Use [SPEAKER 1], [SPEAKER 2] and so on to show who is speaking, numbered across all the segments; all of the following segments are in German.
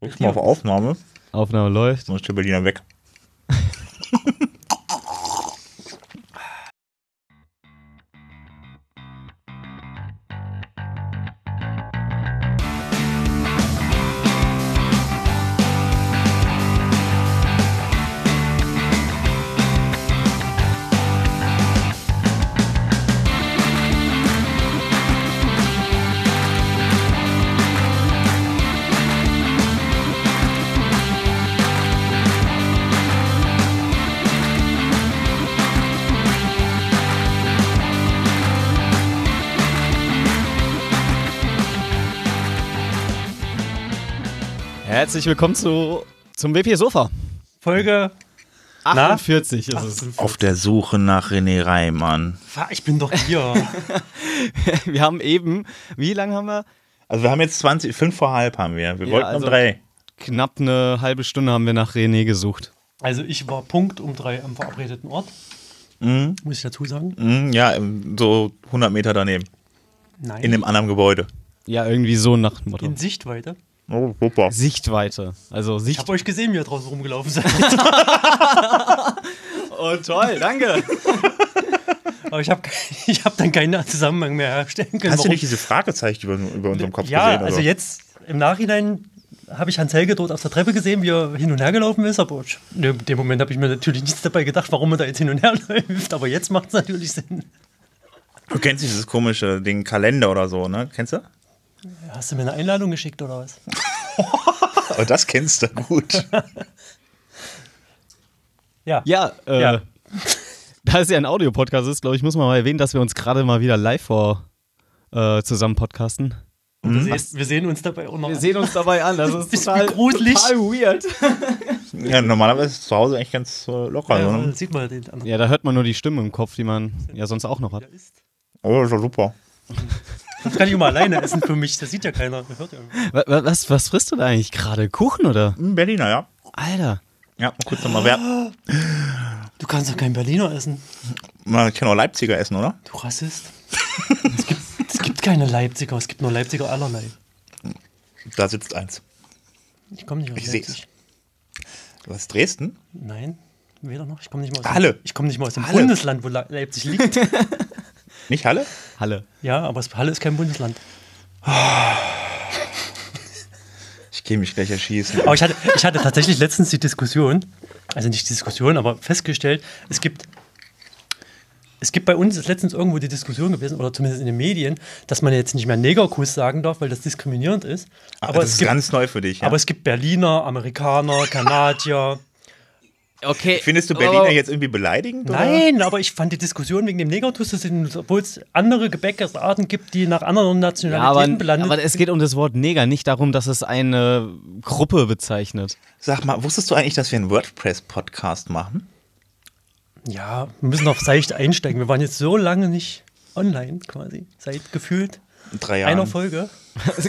[SPEAKER 1] Drückst mal auf Aufnahme,
[SPEAKER 2] Aufnahme läuft.
[SPEAKER 1] sonst ist der Berliner weg.
[SPEAKER 2] Herzlich willkommen zu, zum WP Sofa.
[SPEAKER 3] Folge. Na?
[SPEAKER 2] 48 ist es.
[SPEAKER 1] Auf der Suche nach René Reimann.
[SPEAKER 3] Fa- Ich bin doch hier.
[SPEAKER 2] Wir haben eben, wie lange haben wir?
[SPEAKER 1] Also wir haben jetzt 20, fünf vor halb haben wir. Wir
[SPEAKER 2] Ja,
[SPEAKER 1] wollten
[SPEAKER 2] also-
[SPEAKER 1] um drei.
[SPEAKER 2] Knapp eine halbe Stunde haben wir nach René gesucht.
[SPEAKER 3] Also ich war Punkt um drei am verabredeten Ort.
[SPEAKER 1] Mhm.
[SPEAKER 3] Muss ich dazu sagen?
[SPEAKER 1] Hm, ja, im- so 100 Meter daneben.
[SPEAKER 3] Nein.
[SPEAKER 1] In
[SPEAKER 3] In,
[SPEAKER 1] dem anderen Gebäude.
[SPEAKER 2] Ja, irgendwie so nach dem Motto.
[SPEAKER 3] Sichtweite.
[SPEAKER 1] Oh, super.
[SPEAKER 2] Sichtweite. Also
[SPEAKER 3] Ich
[SPEAKER 2] Sicht.
[SPEAKER 3] habe euch gesehen, wie ihr draußen rumgelaufen seid.
[SPEAKER 2] Oh, toll, danke.
[SPEAKER 3] Aber ich habe ich hab dann keinen Zusammenhang mehr herstellen können.
[SPEAKER 1] Hast du
[SPEAKER 3] warum-
[SPEAKER 1] nicht diese Fragezeichen über, über unserem Kopf
[SPEAKER 3] ja,
[SPEAKER 1] gesehen?
[SPEAKER 3] also jetzt im Nachhinein habe ich Hans Helge dort auf der Treppe gesehen, wie er hin und her gelaufen ist. Aber ich- in dem Moment habe ich mir natürlich nichts dabei gedacht, warum er da jetzt hin und her läuft. Aber jetzt macht es natürlich Sinn.
[SPEAKER 1] Du kennst dieses komische Ding Kalender oder so, ne? Kennst du?
[SPEAKER 3] Hast du mir eine Einladung geschickt oder was?
[SPEAKER 1] Oh, das kennst du gut.
[SPEAKER 3] Ja.
[SPEAKER 2] Ja, äh,
[SPEAKER 3] Ja.
[SPEAKER 2] da es ja ein Audiopodcast ist, glaube ich, muss man mal erwähnen, dass wir uns gerade mal wieder live vor äh, zusammen podcasten.
[SPEAKER 3] Und
[SPEAKER 1] Mhm.
[SPEAKER 3] wir, sehen, wir sehen uns dabei auch noch.
[SPEAKER 2] Wir
[SPEAKER 3] an.
[SPEAKER 2] sehen uns dabei an. Das ist
[SPEAKER 3] Ist
[SPEAKER 2] total,
[SPEAKER 3] gruselig.
[SPEAKER 2] total weird.
[SPEAKER 1] ja, normalerweise ist es zu Hause eigentlich ganz äh, locker.
[SPEAKER 3] ja, also-
[SPEAKER 1] ne?
[SPEAKER 3] das sieht man den anderen.
[SPEAKER 2] Ja, da hört man nur die Stimme im Kopf, die man ja sonst auch noch hat.
[SPEAKER 1] Oh, ist doch super.
[SPEAKER 3] Das kann ich immer alleine essen für mich. Das sieht ja keiner. Das hört ja keiner.
[SPEAKER 2] Wa- wa- Was, was frisst du da eigentlich gerade? Kuchen oder?
[SPEAKER 1] Hm, Berliner, ja.
[SPEAKER 2] Alter.
[SPEAKER 1] Ja, kurz nochmal. wer-
[SPEAKER 3] Du kannst doch keinen Berliner essen.
[SPEAKER 1] Man kann auch Leipziger essen, oder?
[SPEAKER 3] Du Rassist. Es gibt, es gibt keine Leipziger. Es gibt nur Leipziger allerlei.
[SPEAKER 1] Da sitzt eins.
[SPEAKER 3] Ich komme nicht aus
[SPEAKER 1] Ich
[SPEAKER 3] Leipzig.
[SPEAKER 1] seh's. Was, Dresden?
[SPEAKER 3] Nein, weder noch. Ich komme nicht mal aus
[SPEAKER 1] Halle.
[SPEAKER 3] Dem, ich komme nicht mal aus dem
[SPEAKER 1] Halle.
[SPEAKER 3] Bundesland, wo Le- Leipzig liegt.
[SPEAKER 1] Nicht Halle?
[SPEAKER 2] Halle.
[SPEAKER 3] ja, aber es- Halle ist kein Bundesland.
[SPEAKER 1] Ich gehe mich gleich erschießen.
[SPEAKER 3] Aber Oh, ich hatte, ich hatte tatsächlich letztens die Diskussion, also nicht die Diskussion, aber festgestellt, es gibt, es gibt bei uns ist letztens irgendwo die Diskussion gewesen, oder zumindest in den Medien, dass man jetzt nicht mehr Negerkuss sagen darf, weil das diskriminierend ist. Aber,
[SPEAKER 1] Ah, das
[SPEAKER 3] es,
[SPEAKER 1] ist
[SPEAKER 3] gibt,
[SPEAKER 1] ganz neu für dich. Ja?
[SPEAKER 3] aber es gibt Berliner, Amerikaner, Kanadier.
[SPEAKER 2] Okay. Oh,
[SPEAKER 1] Findest du Berliner jetzt irgendwie beleidigend?
[SPEAKER 3] Oh. Nein, aber ich fand die Diskussion wegen dem Negerkuss, das sind- obwohl es andere Gebäckerarten gibt, die nach anderen
[SPEAKER 2] Ja,
[SPEAKER 3] Nationalitäten
[SPEAKER 2] aber,
[SPEAKER 3] belanden.
[SPEAKER 2] aber es geht um das Wort Neger, nicht darum, dass es eine Gruppe bezeichnet.
[SPEAKER 1] Sag mal, wusstest du eigentlich, dass wir einen WordPress-Podcast machen?
[SPEAKER 3] ja, wir müssen auf seicht einsteigen. Wir waren jetzt so lange nicht online quasi, seit gefühlt
[SPEAKER 1] In drei Jahren.
[SPEAKER 3] einer Folge.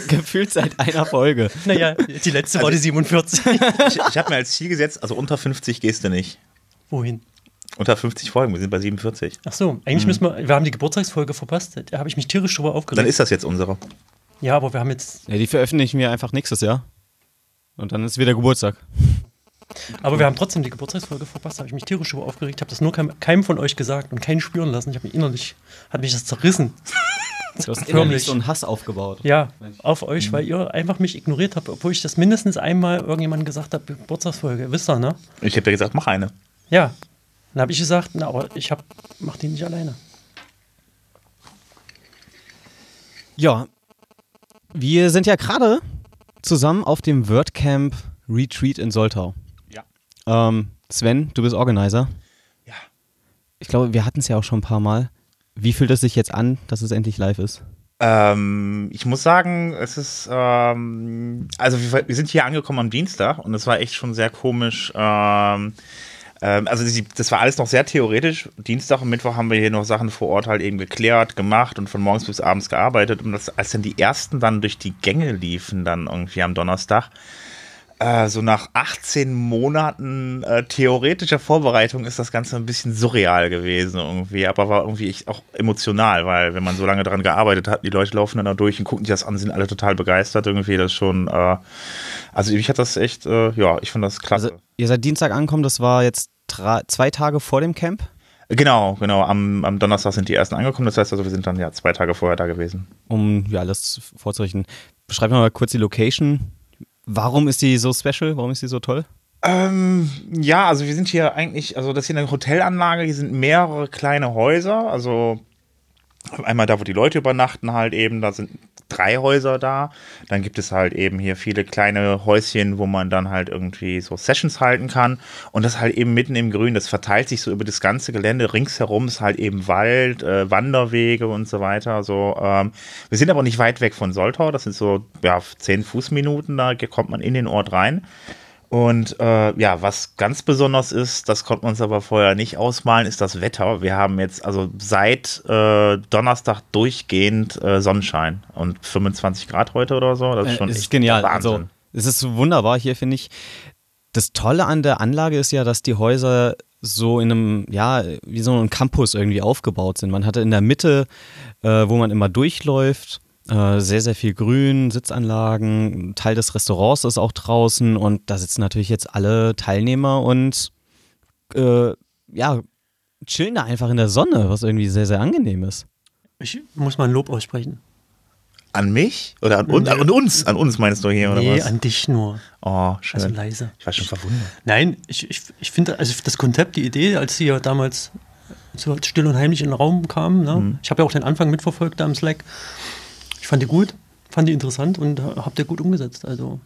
[SPEAKER 2] Gefühlt seit einer Folge.
[SPEAKER 3] Naja, die letzte war die 47.
[SPEAKER 1] Ich, ich habe mir als Ziel gesetzt, also unter 50 gehst du nicht.
[SPEAKER 3] Wohin? Hm.
[SPEAKER 1] Unter 50 Folgen, wir sind bei 47.
[SPEAKER 3] Ach so, eigentlich müssen wir, wir haben die Geburtstagsfolge verpasst. Da habe ich mich tierisch drüber
[SPEAKER 1] Dann
[SPEAKER 3] aufgeregt.
[SPEAKER 1] ist das jetzt unsere.
[SPEAKER 3] ja, aber wir haben jetzt,
[SPEAKER 2] Ja, die veröffentlichen wir einfach nächstes Jahr. Und dann ist wieder Geburtstag.
[SPEAKER 3] aber wir haben trotzdem die Geburtstagsfolge verpasst. Da habe ich mich tierisch drüber aufgeregt. Habe das nur keinem, keinem von euch gesagt und keinen spüren lassen. Ich habe mich innerlich, hat mich das zerrissen.
[SPEAKER 2] Du hast
[SPEAKER 3] Förmlich.
[SPEAKER 2] innerlich so einen Hass aufgebaut.
[SPEAKER 3] Ja, auf euch, weil ihr einfach mich ignoriert habt, obwohl ich das mindestens einmal irgendjemandem gesagt habe, Geburtstagsfolge, wisst ihr, ne?
[SPEAKER 1] Ich habe ja gesagt, mach eine.
[SPEAKER 3] Ja. Dann habe ich gesagt, na, aber ich hab, mach die nicht alleine.
[SPEAKER 2] Ja. Wir sind ja gerade zusammen auf dem WordCamp Retreat in Soltau.
[SPEAKER 1] Ja.
[SPEAKER 2] Ähm, Sven, du bist Organizer.
[SPEAKER 1] Ja.
[SPEAKER 2] Ich glaube, wir hatten es ja auch schon ein paar Mal. Wie fühlt es sich jetzt an, dass es endlich live ist?
[SPEAKER 1] Ähm, ich muss sagen, es ist, ähm, also wir, wir sind hier angekommen am Dienstag und es war echt schon sehr komisch. Ähm, ähm, also sie, das war alles noch sehr theoretisch. Dienstag und Mittwoch haben wir hier noch Sachen vor Ort halt eben geklärt, gemacht und von morgens bis abends gearbeitet. Und das, als dann die ersten dann durch die Gänge liefen, dann irgendwie am Donnerstag, äh, so nach 18 Monaten äh, theoretischer Vorbereitung ist das Ganze ein bisschen surreal gewesen irgendwie, aber war irgendwie echt auch emotional, weil wenn man so lange daran gearbeitet hat, die Leute laufen dann da durch und gucken sich das an, sind alle total begeistert irgendwie, das schon, äh, also ich hat das echt, äh, ja, ich fand das klasse.
[SPEAKER 2] Also, ihr seid Dienstag angekommen, das war jetzt drei, zwei Tage vor dem Camp.
[SPEAKER 1] Genau, genau. Am, am Donnerstag sind die ersten angekommen. Das heißt also, wir sind dann ja zwei Tage vorher da gewesen.
[SPEAKER 2] um ja, alles vorzurichten. Beschreib mir mal kurz die Location. Warum ist die so special? Warum ist die so toll?
[SPEAKER 1] Ähm, ja, also wir sind hier eigentlich, also das hier eine Hotelanlage, hier sind mehrere kleine Häuser, also einmal da, wo die Leute übernachten halt eben, da sind drei Häuser da, dann gibt es halt eben hier viele kleine Häuschen, wo man dann halt irgendwie so Sessions halten kann und das halt eben mitten im Grün, das verteilt sich so über das ganze Gelände, ringsherum ist halt eben Wald, äh, Wanderwege und so weiter, so, ähm, wir sind aber nicht weit weg von Soltau, das sind so, ja, zehn Fußminuten, da kommt man in den Ort rein. Und äh, ja, was ganz besonders ist, das konnten wir uns aber vorher nicht ausmalen, ist das Wetter. Wir haben jetzt also seit äh, Donnerstag durchgehend äh, Sonnenschein und 25 Grad heute oder so. Das ist schon
[SPEAKER 2] Äh, es
[SPEAKER 1] echt
[SPEAKER 2] ist genial.
[SPEAKER 1] Wahnsinn.
[SPEAKER 2] Also, es ist wunderbar hier, finde ich. Das Tolle an der Anlage ist ja, dass die Häuser so in einem, ja, wie so ein Campus irgendwie aufgebaut sind. Man hatte in der Mitte, äh, wo man immer durchläuft, äh, sehr, sehr viel Grün, Sitzanlagen, ein Teil des Restaurants ist auch draußen und da sitzen natürlich jetzt alle Teilnehmer und äh, ja, chillen da einfach in der Sonne, was irgendwie sehr, sehr angenehm ist.
[SPEAKER 3] Ich muss mal ein Lob aussprechen.
[SPEAKER 1] an mich? Oder an, un
[SPEAKER 3] Nee.
[SPEAKER 1] an uns? An uns meinst du hier, oder
[SPEAKER 3] nee,
[SPEAKER 1] was?
[SPEAKER 3] an dich nur.
[SPEAKER 1] oh, schön.
[SPEAKER 3] Also leise.
[SPEAKER 1] Ich war schon verwundert.
[SPEAKER 3] Nein, ich, ich, ich finde, also das Konzept, die Idee, als sie ja damals so still und heimlich in den Raum kamen, ne?
[SPEAKER 1] Mhm.
[SPEAKER 3] ich habe ja auch den Anfang mitverfolgt da im Slack. Ich fand die gut, fand die interessant und habt ihr gut umgesetzt. Also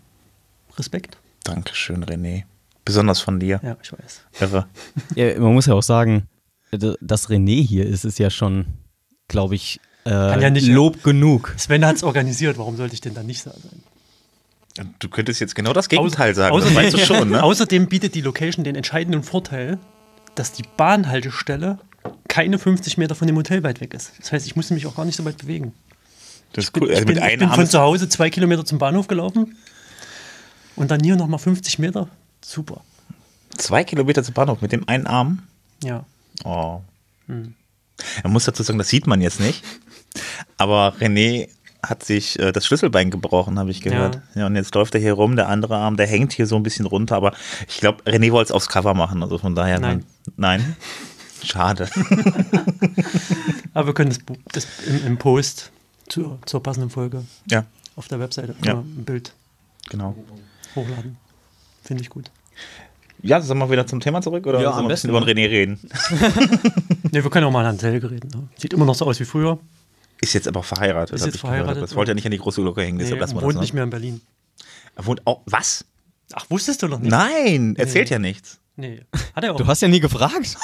[SPEAKER 3] Respekt.
[SPEAKER 1] Dankeschön, René. Besonders von dir.
[SPEAKER 3] Ja, ich weiß.
[SPEAKER 1] Irre.
[SPEAKER 2] Ja, man muss ja auch sagen, d- dass René hier ist, ist ja schon, glaube ich, äh,
[SPEAKER 3] ja nicht-
[SPEAKER 2] Lob genug.
[SPEAKER 3] Sven hat es organisiert, warum sollte ich denn da nicht da sein?
[SPEAKER 1] Du könntest jetzt genau das Gegenteil
[SPEAKER 3] Außer-
[SPEAKER 1] sagen. Das
[SPEAKER 3] außerdem-
[SPEAKER 1] weißt du schon, ne?
[SPEAKER 3] Außerdem bietet die Location den entscheidenden Vorteil, dass die Bahnhaltestelle keine 50 Meter von dem Hotel weit weg ist. Das heißt, ich musste mich auch gar nicht so weit bewegen.
[SPEAKER 1] Das ist
[SPEAKER 3] Bin-
[SPEAKER 1] cool.
[SPEAKER 3] Ich
[SPEAKER 1] Also
[SPEAKER 3] bin,
[SPEAKER 1] mit
[SPEAKER 3] ich
[SPEAKER 1] einem
[SPEAKER 3] bin von
[SPEAKER 1] Arm
[SPEAKER 3] zu Hause zwei Kilometer zum Bahnhof gelaufen und dann hier nochmal 50 Meter. Super.
[SPEAKER 1] zwei Kilometer zum Bahnhof mit dem einen Arm.
[SPEAKER 3] Ja.
[SPEAKER 1] Oh.
[SPEAKER 3] Hm.
[SPEAKER 1] Man muss dazu sagen, das sieht man jetzt nicht. Aber René hat sich äh, das Schlüsselbein gebrochen, habe ich gehört.
[SPEAKER 3] Ja.
[SPEAKER 1] Ja. und jetzt läuft er hier rum, der andere Arm, der hängt hier so ein bisschen runter. Aber ich glaube, René wollte es aufs Cover machen. Also von daher,
[SPEAKER 3] Nein.
[SPEAKER 1] Man, nein. Schade.
[SPEAKER 3] Aber wir können das, Bu- das im, im Post zur, zur passenden Folge
[SPEAKER 1] ja,
[SPEAKER 3] auf der Webseite
[SPEAKER 1] Ja.
[SPEAKER 3] ja. ein Bild
[SPEAKER 1] genau.
[SPEAKER 3] hochladen. Finde ich gut.
[SPEAKER 1] Ja, sollen wir wieder zum Thema zurück oder
[SPEAKER 2] Ja,
[SPEAKER 1] sollen
[SPEAKER 2] am
[SPEAKER 1] wir ein bisschen
[SPEAKER 2] besten.
[SPEAKER 1] über den René reden?
[SPEAKER 3] Ne, wir können auch mal an Helge reden. Ne? Sieht immer noch so aus wie früher.
[SPEAKER 1] Ist jetzt aber verheiratet.
[SPEAKER 3] Ist
[SPEAKER 1] hab
[SPEAKER 3] jetzt
[SPEAKER 1] ich gehört.
[SPEAKER 3] verheiratet
[SPEAKER 1] Das wollte ja nicht an die große Glocke hängen.
[SPEAKER 3] Nee,
[SPEAKER 1] deshalb lassen wir
[SPEAKER 3] wohnt
[SPEAKER 1] das,
[SPEAKER 3] nicht mehr in Berlin.
[SPEAKER 1] Er wohnt auch, was?
[SPEAKER 3] Ach, wusstest du noch nicht?
[SPEAKER 1] Nein, erzählt ja nichts.
[SPEAKER 3] Nee, hat er auch.
[SPEAKER 2] Du hast ja nie gefragt.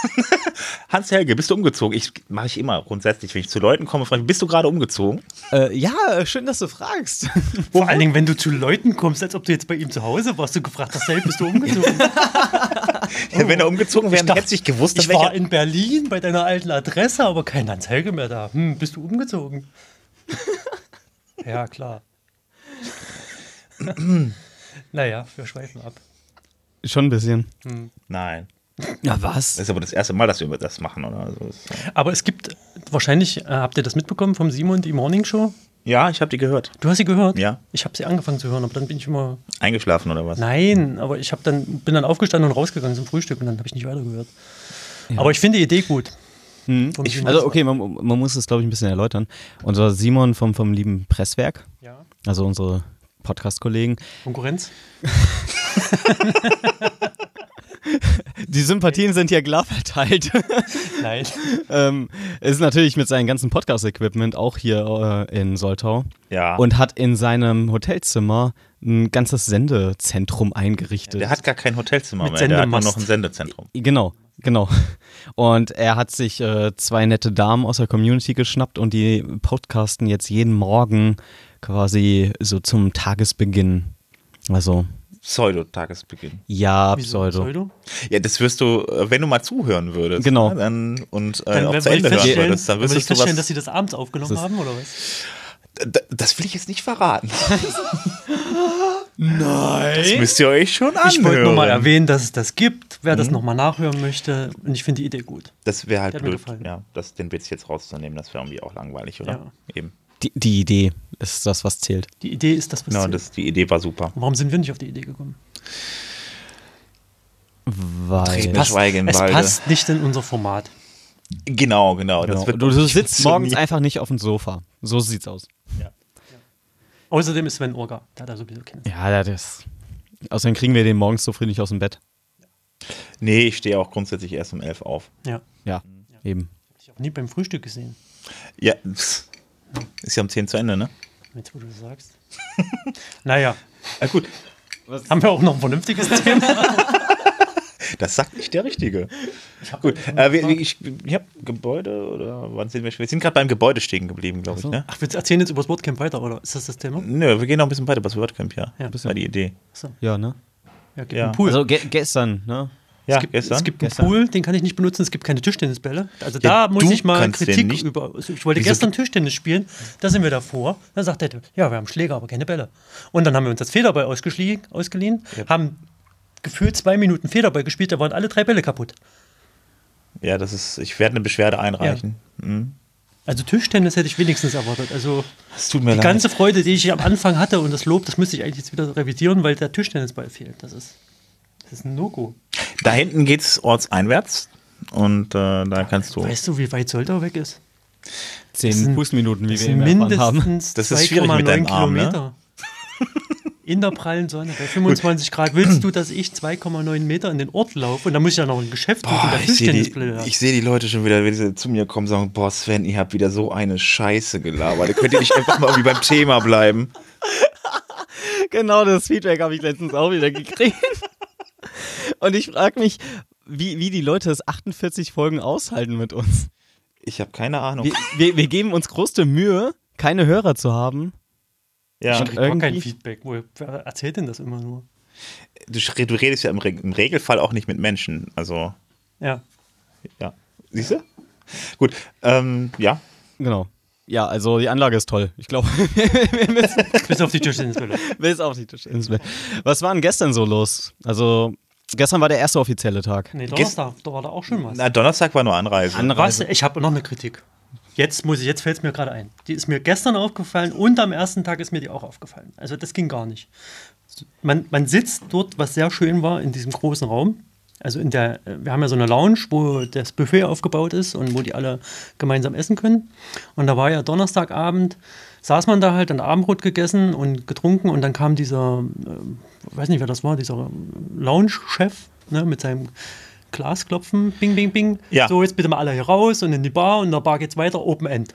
[SPEAKER 1] Hans Helge, bist du umgezogen? Ich mache ich immer grundsätzlich, wenn ich zu Leuten komme, frage ich, bist du gerade umgezogen?
[SPEAKER 2] äh, ja, schön, dass du fragst.
[SPEAKER 3] Vor allen Dingen, wenn du zu Leuten kommst, als ob du jetzt bei ihm zu Hause warst, du gefragt hast, hey, bist du umgezogen?
[SPEAKER 1] Ja, wenn er umgezogen wäre,
[SPEAKER 3] dachte,
[SPEAKER 1] hätte ich gewusst, dass
[SPEAKER 3] Oh. ich war
[SPEAKER 1] welcher.
[SPEAKER 3] in Berlin bei deiner alten Adresse, aber kein Hans Helge mehr da. Hm, bist du umgezogen? ja, klar. naja, wir schweifen ab.
[SPEAKER 2] Schon ein bisschen.
[SPEAKER 1] Nein.
[SPEAKER 2] Na was?
[SPEAKER 1] Das ist aber das erste Mal, dass wir das machen, oder? Also, das ist-
[SPEAKER 3] Aber es gibt, wahrscheinlich äh, habt ihr das mitbekommen vom Simon, die Morning Show?
[SPEAKER 1] ja, ich habe die gehört.
[SPEAKER 3] Du hast sie gehört?
[SPEAKER 1] Ja.
[SPEAKER 3] Ich habe sie angefangen zu hören, aber dann bin ich immer
[SPEAKER 1] Eingeschlafen oder was?
[SPEAKER 3] Nein, aber ich hab dann, bin dann aufgestanden und rausgegangen zum Frühstück und dann habe ich nicht weitergehört. Aber ich finde die Idee gut. Vom Simon
[SPEAKER 2] Also
[SPEAKER 3] Sa-
[SPEAKER 2] okay, man, man muss es, glaube ich, ein bisschen erläutern. Unser Simon vom, vom lieben Presswerk,
[SPEAKER 3] Ja.
[SPEAKER 2] also unsere Podcast-Kollegen,
[SPEAKER 3] Konkurrenz?
[SPEAKER 2] die Sympathien sind ja klar verteilt.
[SPEAKER 3] Nein.
[SPEAKER 2] ähm, ist natürlich mit seinem ganzen Podcast-Equipment auch hier äh, in Soltau.
[SPEAKER 1] Ja.
[SPEAKER 2] Und hat in seinem Hotelzimmer ein ganzes Sendezentrum eingerichtet.
[SPEAKER 1] Der hat gar kein Hotelzimmer
[SPEAKER 3] Mit
[SPEAKER 1] mehr. Der hat nur
[SPEAKER 3] Sendemast.
[SPEAKER 1] noch ein Sendezentrum.
[SPEAKER 2] Genau, genau. Und er hat sich äh, zwei nette Damen aus der Community geschnappt und die podcasten jetzt jeden Morgen quasi so zum Tagesbeginn. Also,
[SPEAKER 1] Pseudo-Tagesbeginn.
[SPEAKER 2] ja,
[SPEAKER 3] Wieso?
[SPEAKER 2] Pseudo.
[SPEAKER 1] Ja, das wirst du, äh, wenn du mal zuhören würdest.
[SPEAKER 2] Genau.
[SPEAKER 1] ne, Dann, und äh,
[SPEAKER 3] Dann
[SPEAKER 1] auch
[SPEAKER 3] werde
[SPEAKER 1] zu
[SPEAKER 3] ich
[SPEAKER 1] Ende hören
[SPEAKER 3] feststellen,
[SPEAKER 1] würdest, dann
[SPEAKER 3] dann werd ich
[SPEAKER 1] wüsstest du
[SPEAKER 3] feststellen dass
[SPEAKER 1] was.
[SPEAKER 3] sie das abends aufgenommen haben, oder was?
[SPEAKER 1] D- Das will ich jetzt nicht verraten. Das
[SPEAKER 2] Nein.
[SPEAKER 1] müsst ihr euch schon anhören. Mhm.
[SPEAKER 3] Ich wollte nur mal erwähnen, dass es das gibt, wer das nochmal nachhören möchte. Und ich finde die Idee gut.
[SPEAKER 1] Das wäre halt
[SPEAKER 3] Der hat mir
[SPEAKER 1] blöd,
[SPEAKER 3] gefallen.
[SPEAKER 1] ja, das, den Witz jetzt rauszunehmen, das wäre irgendwie auch langweilig, oder?
[SPEAKER 3] Ja.
[SPEAKER 1] Eben.
[SPEAKER 2] Die, die Idee ist das, was zählt.
[SPEAKER 3] Die Idee ist das, was
[SPEAKER 1] Genau,
[SPEAKER 3] zählt.
[SPEAKER 1] das, die Idee war super.
[SPEAKER 3] Und Warum sind wir nicht auf die Idee gekommen?
[SPEAKER 1] Tränen.
[SPEAKER 2] Weil.
[SPEAKER 1] Passt- Schweige im
[SPEAKER 3] es
[SPEAKER 1] Walde.
[SPEAKER 3] passt nicht in unser Format.
[SPEAKER 1] Genau, genau. Das
[SPEAKER 2] Genau.
[SPEAKER 1] wird
[SPEAKER 2] Du,
[SPEAKER 1] auch
[SPEAKER 2] du
[SPEAKER 1] nicht
[SPEAKER 2] sitzt morgens
[SPEAKER 1] funktionieren.
[SPEAKER 2] einfach nicht auf dem Sofa. So sieht's aus.
[SPEAKER 3] Außerdem ist Sven Orga. Der hat da sowieso keine.
[SPEAKER 2] Ja, das. Außerdem kriegen wir den morgens so friedlich aus dem Bett.
[SPEAKER 1] Nee, ich stehe auch grundsätzlich erst um elf auf.
[SPEAKER 3] Ja.
[SPEAKER 2] Ja,
[SPEAKER 1] Mhm.
[SPEAKER 2] eben.
[SPEAKER 3] Ich habe nie beim Frühstück gesehen,
[SPEAKER 1] Ja, pss. ist ja um zehn zu Ende, ne?
[SPEAKER 3] jetzt wo du das sagst. naja,
[SPEAKER 1] Ah, gut,
[SPEAKER 3] haben wir auch noch ein vernünftiges Thema?
[SPEAKER 1] das sagt nicht der Richtige. Gut, äh, wir, wir- ich, ich habe Gebäude oder wann sind wir? schon? Wir sind gerade beim Gebäude stehen geblieben, glaube ich, ne?
[SPEAKER 3] Ach, wir erzählen jetzt über das Wordcamp weiter, oder? Ist das das Thema?
[SPEAKER 1] Nö, wir gehen noch ein bisschen weiter über das WordCamp, ja.
[SPEAKER 3] Ja, ein
[SPEAKER 1] das
[SPEAKER 3] bisschen.
[SPEAKER 1] war die Idee.
[SPEAKER 3] Achso.
[SPEAKER 2] Ja, ne?
[SPEAKER 3] Ja, gibt
[SPEAKER 1] Ja.
[SPEAKER 3] einen Pool.
[SPEAKER 2] Also ge gestern, ne?
[SPEAKER 1] Ja,
[SPEAKER 3] es gibt,
[SPEAKER 1] gestern.
[SPEAKER 3] es gibt einen
[SPEAKER 2] Gestern.
[SPEAKER 3] Pool, den kann ich nicht benutzen, es gibt keine Tischtennisbälle. Also
[SPEAKER 1] Ja,
[SPEAKER 3] da muss
[SPEAKER 1] du
[SPEAKER 3] ich mal
[SPEAKER 1] kannst den
[SPEAKER 3] Kritik
[SPEAKER 1] nicht.
[SPEAKER 3] über. Ich wollte
[SPEAKER 1] Wieso?
[SPEAKER 3] gestern Tischtennis spielen, da sind wir davor. Dann sagt der Typ, ja, wir haben Schläger, aber keine Bälle. Und dann haben wir uns das Federball ausgeschlie- ausgeliehen, haben gefühlt zwei Minuten Federball gespielt, da waren alle drei Bälle kaputt.
[SPEAKER 1] ja, das ist, ich werde eine Beschwerde einreichen. Mhm.
[SPEAKER 3] Also Tischtennis hätte ich wenigstens erwartet. Also
[SPEAKER 1] Es tut mir
[SPEAKER 3] die
[SPEAKER 1] leid.
[SPEAKER 3] ganze Freude, die ich am Anfang hatte und das Lob, das müsste ich eigentlich jetzt wieder revidieren, weil der Tischtennisball fehlt. Das ist, das ist ein No-Go.
[SPEAKER 1] Da hinten geht's ortseinwärts und äh, da kannst du.
[SPEAKER 3] Weißt du, wie weit Soltau weg ist?
[SPEAKER 2] Zehn
[SPEAKER 3] sind-
[SPEAKER 2] Fußminuten, wie
[SPEAKER 3] Das
[SPEAKER 2] wir
[SPEAKER 3] sind
[SPEAKER 2] eben erfahren haben.
[SPEAKER 3] mindestens
[SPEAKER 1] Das ist schwierig mit
[SPEAKER 3] 2,9
[SPEAKER 1] deinem Arm, ne?
[SPEAKER 3] Kilometer. In der prallen Sonne bei 25 Grad willst du, dass ich 2,9 Meter in den Ort laufe und dann muss ich ja noch ein Geschäft
[SPEAKER 1] Boah,
[SPEAKER 3] der
[SPEAKER 1] Oh, ich sehe
[SPEAKER 3] Tischtennisplatte
[SPEAKER 1] die,
[SPEAKER 3] hat.
[SPEAKER 1] ich seh die Leute schon wieder, wenn sie zu mir kommen, sagen: Boah, Sven, ihr habt wieder so eine Scheiße gelabert. Da könnt ihr nicht einfach mal irgendwie beim Thema bleiben.
[SPEAKER 2] Genau das Feedback habe ich letztens auch wieder gekriegt. Und ich frage mich, wie, wie die Leute das 48 Folgen aushalten mit uns.
[SPEAKER 1] Ich habe keine Ahnung.
[SPEAKER 2] Wir, wir, wir geben uns größte Mühe, keine Hörer zu haben.
[SPEAKER 1] ja.
[SPEAKER 3] Ich krieg gar kein
[SPEAKER 2] irgendwie-
[SPEAKER 3] Feedback. Woher- Wer erzählt denn das immer nur?
[SPEAKER 1] du, sch- du redest ja im, Reg- im Regelfall auch nicht mit Menschen. Also,
[SPEAKER 3] Ja.
[SPEAKER 1] ja. Siehst du? Gut, ähm, ja.
[SPEAKER 2] Genau. Ja, also die Anlage ist toll. Ich glaube, wir müssen
[SPEAKER 3] Bis auf die Tischtennisplatte.
[SPEAKER 2] bis auf die Tischtennisbälle. Was war denn gestern so los? Also, gestern war der erste offizielle Tag.
[SPEAKER 3] Nee, Donnerstag, da war da auch schon was.
[SPEAKER 1] Na, Donnerstag war nur Anreise.
[SPEAKER 3] Was? Ich habe noch eine Kritik. Jetzt muss ich, jetzt fällt es mir gerade ein. Die ist mir gestern aufgefallen und am ersten Tag ist mir die auch aufgefallen. Also das ging gar nicht. Man, man sitzt dort, was sehr schön war, in diesem großen Raum. Also in der, äh, wir haben ja so eine Lounge, wo das Buffet aufgebaut ist und wo die alle gemeinsam essen können. Und da war ja Donnerstagabend, saß man da halt, dann Abendbrot gegessen und getrunken und dann kam dieser, äh, weiß nicht wer das war, dieser Lounge-Chef ne, mit seinem Glasklopfen, bing, bing, bing.
[SPEAKER 1] Ja.
[SPEAKER 3] So, jetzt bitte mal alle hier raus und in die Bar und in der Bar geht's weiter, Open End.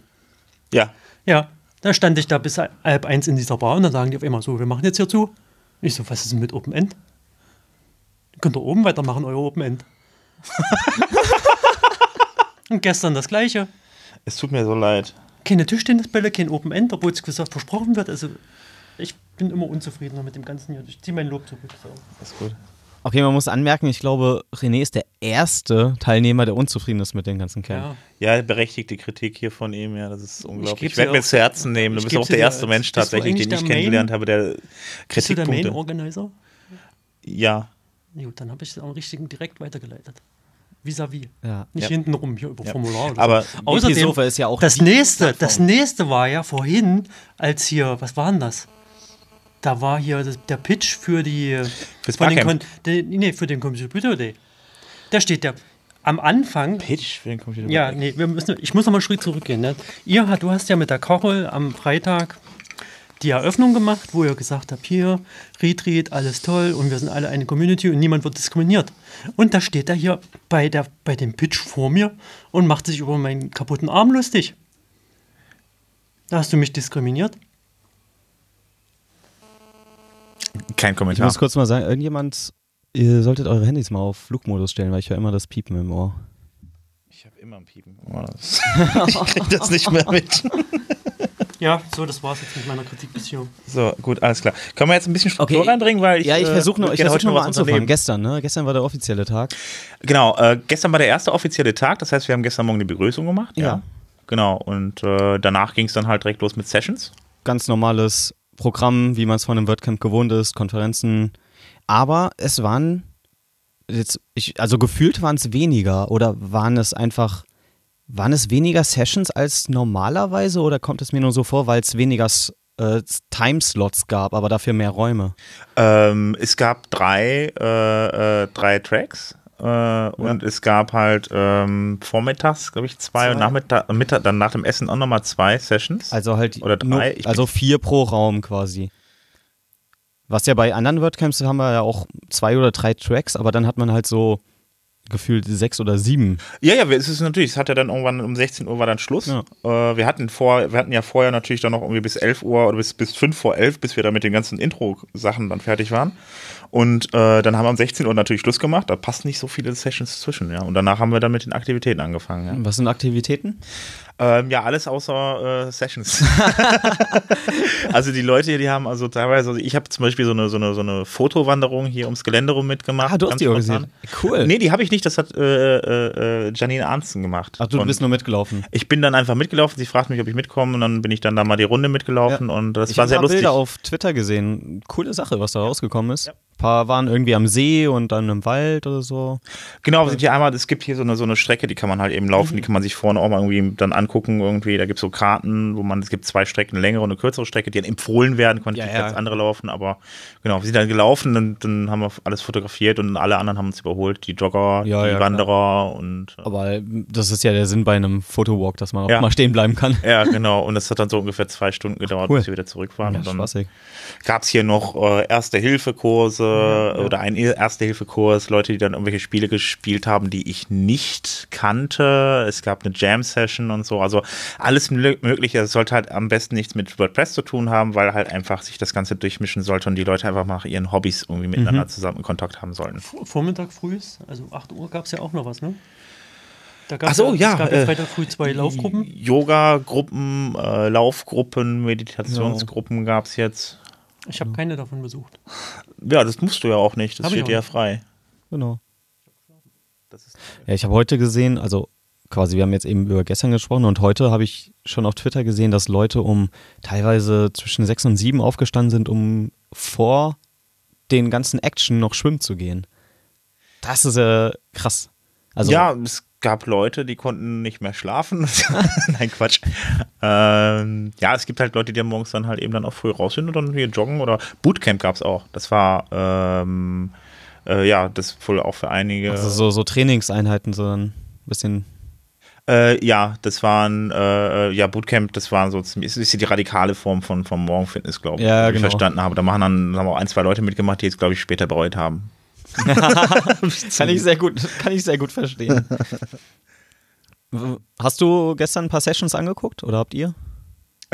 [SPEAKER 1] ja.
[SPEAKER 3] Ja, da stand ich da bis halb eins in dieser Bar und dann sagen die auf einmal so, wir machen jetzt hier zu. Ich so, was ist denn mit Open End? Könnt ihr oben weitermachen, euer Open End. und gestern das gleiche.
[SPEAKER 1] Es tut mir so leid.
[SPEAKER 3] Keine Tischtennisbälle, kein Open End, obwohl es gesagt versprochen wird. Also ich bin immer unzufriedener mit dem Ganzen hier. Ich ziehe mein Lob zurück. So.
[SPEAKER 1] Ist gut.
[SPEAKER 2] Okay, man muss anmerken, ich glaube, René ist der erste Teilnehmer, der unzufrieden ist mit den ganzen Kerlen.
[SPEAKER 3] Ja.
[SPEAKER 1] Ja, berechtigte Kritik hier von ihm, ja, das ist unglaublich. Ich,
[SPEAKER 3] geb's
[SPEAKER 1] werde
[SPEAKER 3] dir
[SPEAKER 1] mir
[SPEAKER 3] auch-
[SPEAKER 1] zu Herzen nehmen. Du
[SPEAKER 3] ich
[SPEAKER 1] bist auch
[SPEAKER 3] geb's
[SPEAKER 1] der
[SPEAKER 3] dir
[SPEAKER 1] erste
[SPEAKER 3] als-
[SPEAKER 1] Mensch
[SPEAKER 3] bist du
[SPEAKER 1] tatsächlich,
[SPEAKER 3] eigentlich
[SPEAKER 1] den
[SPEAKER 3] der
[SPEAKER 1] ich
[SPEAKER 3] Main-
[SPEAKER 1] kennengelernt habe, der
[SPEAKER 3] Bist du der Main
[SPEAKER 1] Kritikpunkte.
[SPEAKER 3] Organizer?
[SPEAKER 1] Ja,
[SPEAKER 3] Gut, dann habe ich es am richtigen direkt weitergeleitet. Vis-à-vis.
[SPEAKER 2] Ja.
[SPEAKER 3] Nicht
[SPEAKER 1] Ja.
[SPEAKER 3] hintenrum hier über Formular. Oder
[SPEAKER 1] Aber
[SPEAKER 3] so. außerdem,
[SPEAKER 2] Sofa ist ja auch
[SPEAKER 3] das
[SPEAKER 2] die
[SPEAKER 3] nächste, das nächste war ja vorhin, als hier, was war denn das? Da war hier das, der Pitch für die,
[SPEAKER 1] Fürs
[SPEAKER 3] von den, Kon
[SPEAKER 1] Barcamp.
[SPEAKER 3] den, nee, für den Computer Day. Da steht der, am Anfang,
[SPEAKER 1] Pitch für den Computer.
[SPEAKER 3] ja, nee, wir müssen, ich muss noch mal einen Schritt zurückgehen. Ne? Ihr, hat- du hast ja mit der Kochel am Freitag die Eröffnung gemacht, wo ihr gesagt habt, hier, Retreat, alles toll und wir sind alle eine Community und niemand wird diskriminiert. Und da steht er hier bei, der, bei dem Pitch vor mir und macht sich über meinen kaputten Arm lustig. Da hast du mich diskriminiert?
[SPEAKER 1] Kein
[SPEAKER 2] Ich
[SPEAKER 1] Kommentar.
[SPEAKER 2] muss kurz mal sagen, irgendjemand, ihr solltet eure Handys mal auf Flugmodus stellen, weil ich höre immer das Piepen im Ohr.
[SPEAKER 1] Ich habe immer ein Piepen. Oh, das- ich krieg das nicht mehr mit.
[SPEAKER 3] Ja, so, das war's jetzt mit meiner Kritik bis hier.
[SPEAKER 1] So, gut, alles klar. Können wir jetzt ein bisschen Struktur reinbringen, weil ich,
[SPEAKER 2] ja, ich
[SPEAKER 1] äh,
[SPEAKER 2] versuche noch,
[SPEAKER 1] würd
[SPEAKER 2] ich
[SPEAKER 1] gerne heute
[SPEAKER 2] versuch noch
[SPEAKER 1] noch
[SPEAKER 2] mal
[SPEAKER 1] was
[SPEAKER 2] anzufangen.
[SPEAKER 1] unternehmen.
[SPEAKER 2] Gestern, ne? Gestern war der offizielle Tag.
[SPEAKER 1] Genau, äh, gestern war der erste offizielle Tag, das heißt, wir haben gestern Morgen die Begrüßung gemacht.
[SPEAKER 2] Ja.
[SPEAKER 1] Genau, und äh, danach ging es dann halt direkt los mit Sessions.
[SPEAKER 2] Ganz normales Programm, wie man es von einem WordCamp gewohnt ist, Konferenzen. Aber es waren jetzt, ich, also gefühlt waren es weniger oder waren es einfach, waren es weniger Sessions als normalerweise oder kommt es mir nur so vor, weil es weniger äh, Timeslots gab, aber dafür mehr Räume?
[SPEAKER 1] Ähm, es gab drei, äh, äh, drei Tracks. Äh, und es gab halt ähm, vormittags, glaube ich, zwei, und
[SPEAKER 2] Zwei.
[SPEAKER 1] nachmittag, Mittag, dann nach dem Essen auch nochmal zwei Sessions.
[SPEAKER 2] Also halt
[SPEAKER 1] Oder
[SPEAKER 2] nur,
[SPEAKER 1] drei, ich-
[SPEAKER 2] also vier pro Raum quasi. Was ja bei anderen WordCamps haben wir ja auch zwei oder drei Tracks, aber dann hat man halt so gefühlt sechs oder sieben.
[SPEAKER 1] Ja, ja, wir- es ist natürlich, es hat ja dann irgendwann um 16 Uhr war dann Schluss.
[SPEAKER 2] Ja.
[SPEAKER 1] Äh, wir, hatten vor, wir hatten ja vorher natürlich dann noch irgendwie bis 11 Uhr oder bis, bis 5 vor 11, bis wir da mit den ganzen Intro-Sachen dann fertig waren. Und äh, dann haben wir um 16 Uhr natürlich Schluss gemacht, da passen nicht so viele Sessions zwischen, ja. Und danach haben wir dann mit den Aktivitäten angefangen,
[SPEAKER 2] Was sind Aktivitäten?
[SPEAKER 1] ja. Ähm, ja, alles außer äh, Sessions. also die Leute hier, die haben also teilweise, also ich habe zum Beispiel so eine, so eine, so eine Fotowanderung hier ums Gelände rum mitgemacht.
[SPEAKER 2] Ah, du hast
[SPEAKER 1] ganz
[SPEAKER 2] die organisiert.
[SPEAKER 1] spontan.
[SPEAKER 2] Cool.
[SPEAKER 1] Nee, die habe ich nicht, das hat äh, äh, äh, Janine Arnzen gemacht.
[SPEAKER 2] Ach, du
[SPEAKER 1] Und-
[SPEAKER 2] bist nur mitgelaufen.
[SPEAKER 1] ich bin dann einfach mitgelaufen. Sie fragt mich, ob ich mitkomme, und dann bin ich dann da mal die Runde mitgelaufen und das
[SPEAKER 2] ich
[SPEAKER 1] war
[SPEAKER 2] habe
[SPEAKER 1] sehr
[SPEAKER 2] paar
[SPEAKER 1] lustig.
[SPEAKER 2] Bilder auf Twitter gesehen. Coole Sache, was da rausgekommen ist. Ein paar waren irgendwie am See und dann im Wald oder so.
[SPEAKER 1] Genau, wir sind hier einmal, es gibt hier so eine, so eine Strecke, die kann man halt eben laufen,
[SPEAKER 2] Mhm.
[SPEAKER 1] die kann man sich vorne auch mal irgendwie dann angucken irgendwie. Da gibt es so Karten, wo man, es gibt zwei Strecken, eine längere und eine kürzere Strecke, die dann empfohlen werden, konnte
[SPEAKER 2] Ja,
[SPEAKER 1] ich
[SPEAKER 2] ja.
[SPEAKER 1] ganz andere laufen, aber genau, wir sind dann gelaufen und dann haben wir alles fotografiert und alle anderen haben uns überholt, die Jogger,
[SPEAKER 2] Ja, Oh.
[SPEAKER 1] die
[SPEAKER 2] ja,
[SPEAKER 1] Wanderer und
[SPEAKER 2] Aber das ist ja der Sinn bei einem Fotowalk, dass man auch
[SPEAKER 1] Ja.
[SPEAKER 2] mal stehen bleiben kann.
[SPEAKER 1] ja, genau. Und das hat dann so ungefähr zwei Stunden gedauert,
[SPEAKER 2] cool.
[SPEAKER 1] bis wir wieder zurück waren.
[SPEAKER 2] Ja,
[SPEAKER 1] und dann
[SPEAKER 2] spaßig.
[SPEAKER 1] gab es hier noch äh, Erste-Hilfe-Kurse oder einen Erste-Hilfe-Kurs, Leute, die dann irgendwelche Spiele gespielt haben, die ich nicht kannte. Es gab eine Jam-Session und so, also alles ml- Mögliche. Es sollte halt am besten nichts mit WordPress zu tun haben, weil halt einfach sich das Ganze durchmischen sollte und die Leute einfach mal ihren Hobbys irgendwie
[SPEAKER 3] Mhm.
[SPEAKER 1] miteinander zusammen in Kontakt haben sollten.
[SPEAKER 3] Vor- Vormittag früh, also 8 Uhr, gab es ja auch noch was, ne? Da
[SPEAKER 1] Ach
[SPEAKER 3] gab's
[SPEAKER 1] so, ja,
[SPEAKER 3] Es gab ja
[SPEAKER 1] äh,
[SPEAKER 3] Freitag früh zwei Laufgruppen.
[SPEAKER 1] Yoga-Gruppen, äh, Laufgruppen, Meditationsgruppen gab es jetzt.
[SPEAKER 3] Ich habe keine davon besucht.
[SPEAKER 1] Ja, das musst du ja auch nicht, das
[SPEAKER 3] Hab ich
[SPEAKER 1] steht
[SPEAKER 3] auch
[SPEAKER 1] dir ja
[SPEAKER 3] nicht.
[SPEAKER 1] frei.
[SPEAKER 2] Genau.
[SPEAKER 1] Das ist
[SPEAKER 2] Ja, ich habe heute gesehen, also quasi, wir haben jetzt eben über gestern gesprochen und heute habe ich schon auf Twitter gesehen, dass Leute um teilweise zwischen sechs und sieben aufgestanden sind, um vor den ganzen Action noch schwimmen zu gehen. Das ist äh, krass. Also,
[SPEAKER 1] ja, es gab Leute, die konnten nicht mehr schlafen. Nein, Quatsch. Ähm, ja, es gibt halt Leute, die morgens dann halt eben dann auch früh raus sind und dann hier joggen oder Bootcamp gab es auch. Das war ähm, äh, ja, das wohl auch für einige.
[SPEAKER 2] also so, so Trainingseinheiten, sondern ein bisschen.
[SPEAKER 1] Äh, ja, das waren äh, ja Bootcamp, das waren so ziemlich- ist ein bisschen die radikale Form von, von Morgenfitness, glaube ich,
[SPEAKER 2] Ja,
[SPEAKER 1] wie ich
[SPEAKER 2] genau.
[SPEAKER 1] verstanden habe. Da machen dann haben auch ein, zwei Leute mitgemacht, die jetzt, glaube ich, später bereut haben.
[SPEAKER 2] Kann ich sehr gut, kann ich sehr gut verstehen. Hast du gestern ein paar Sessions angeguckt oder habt ihr?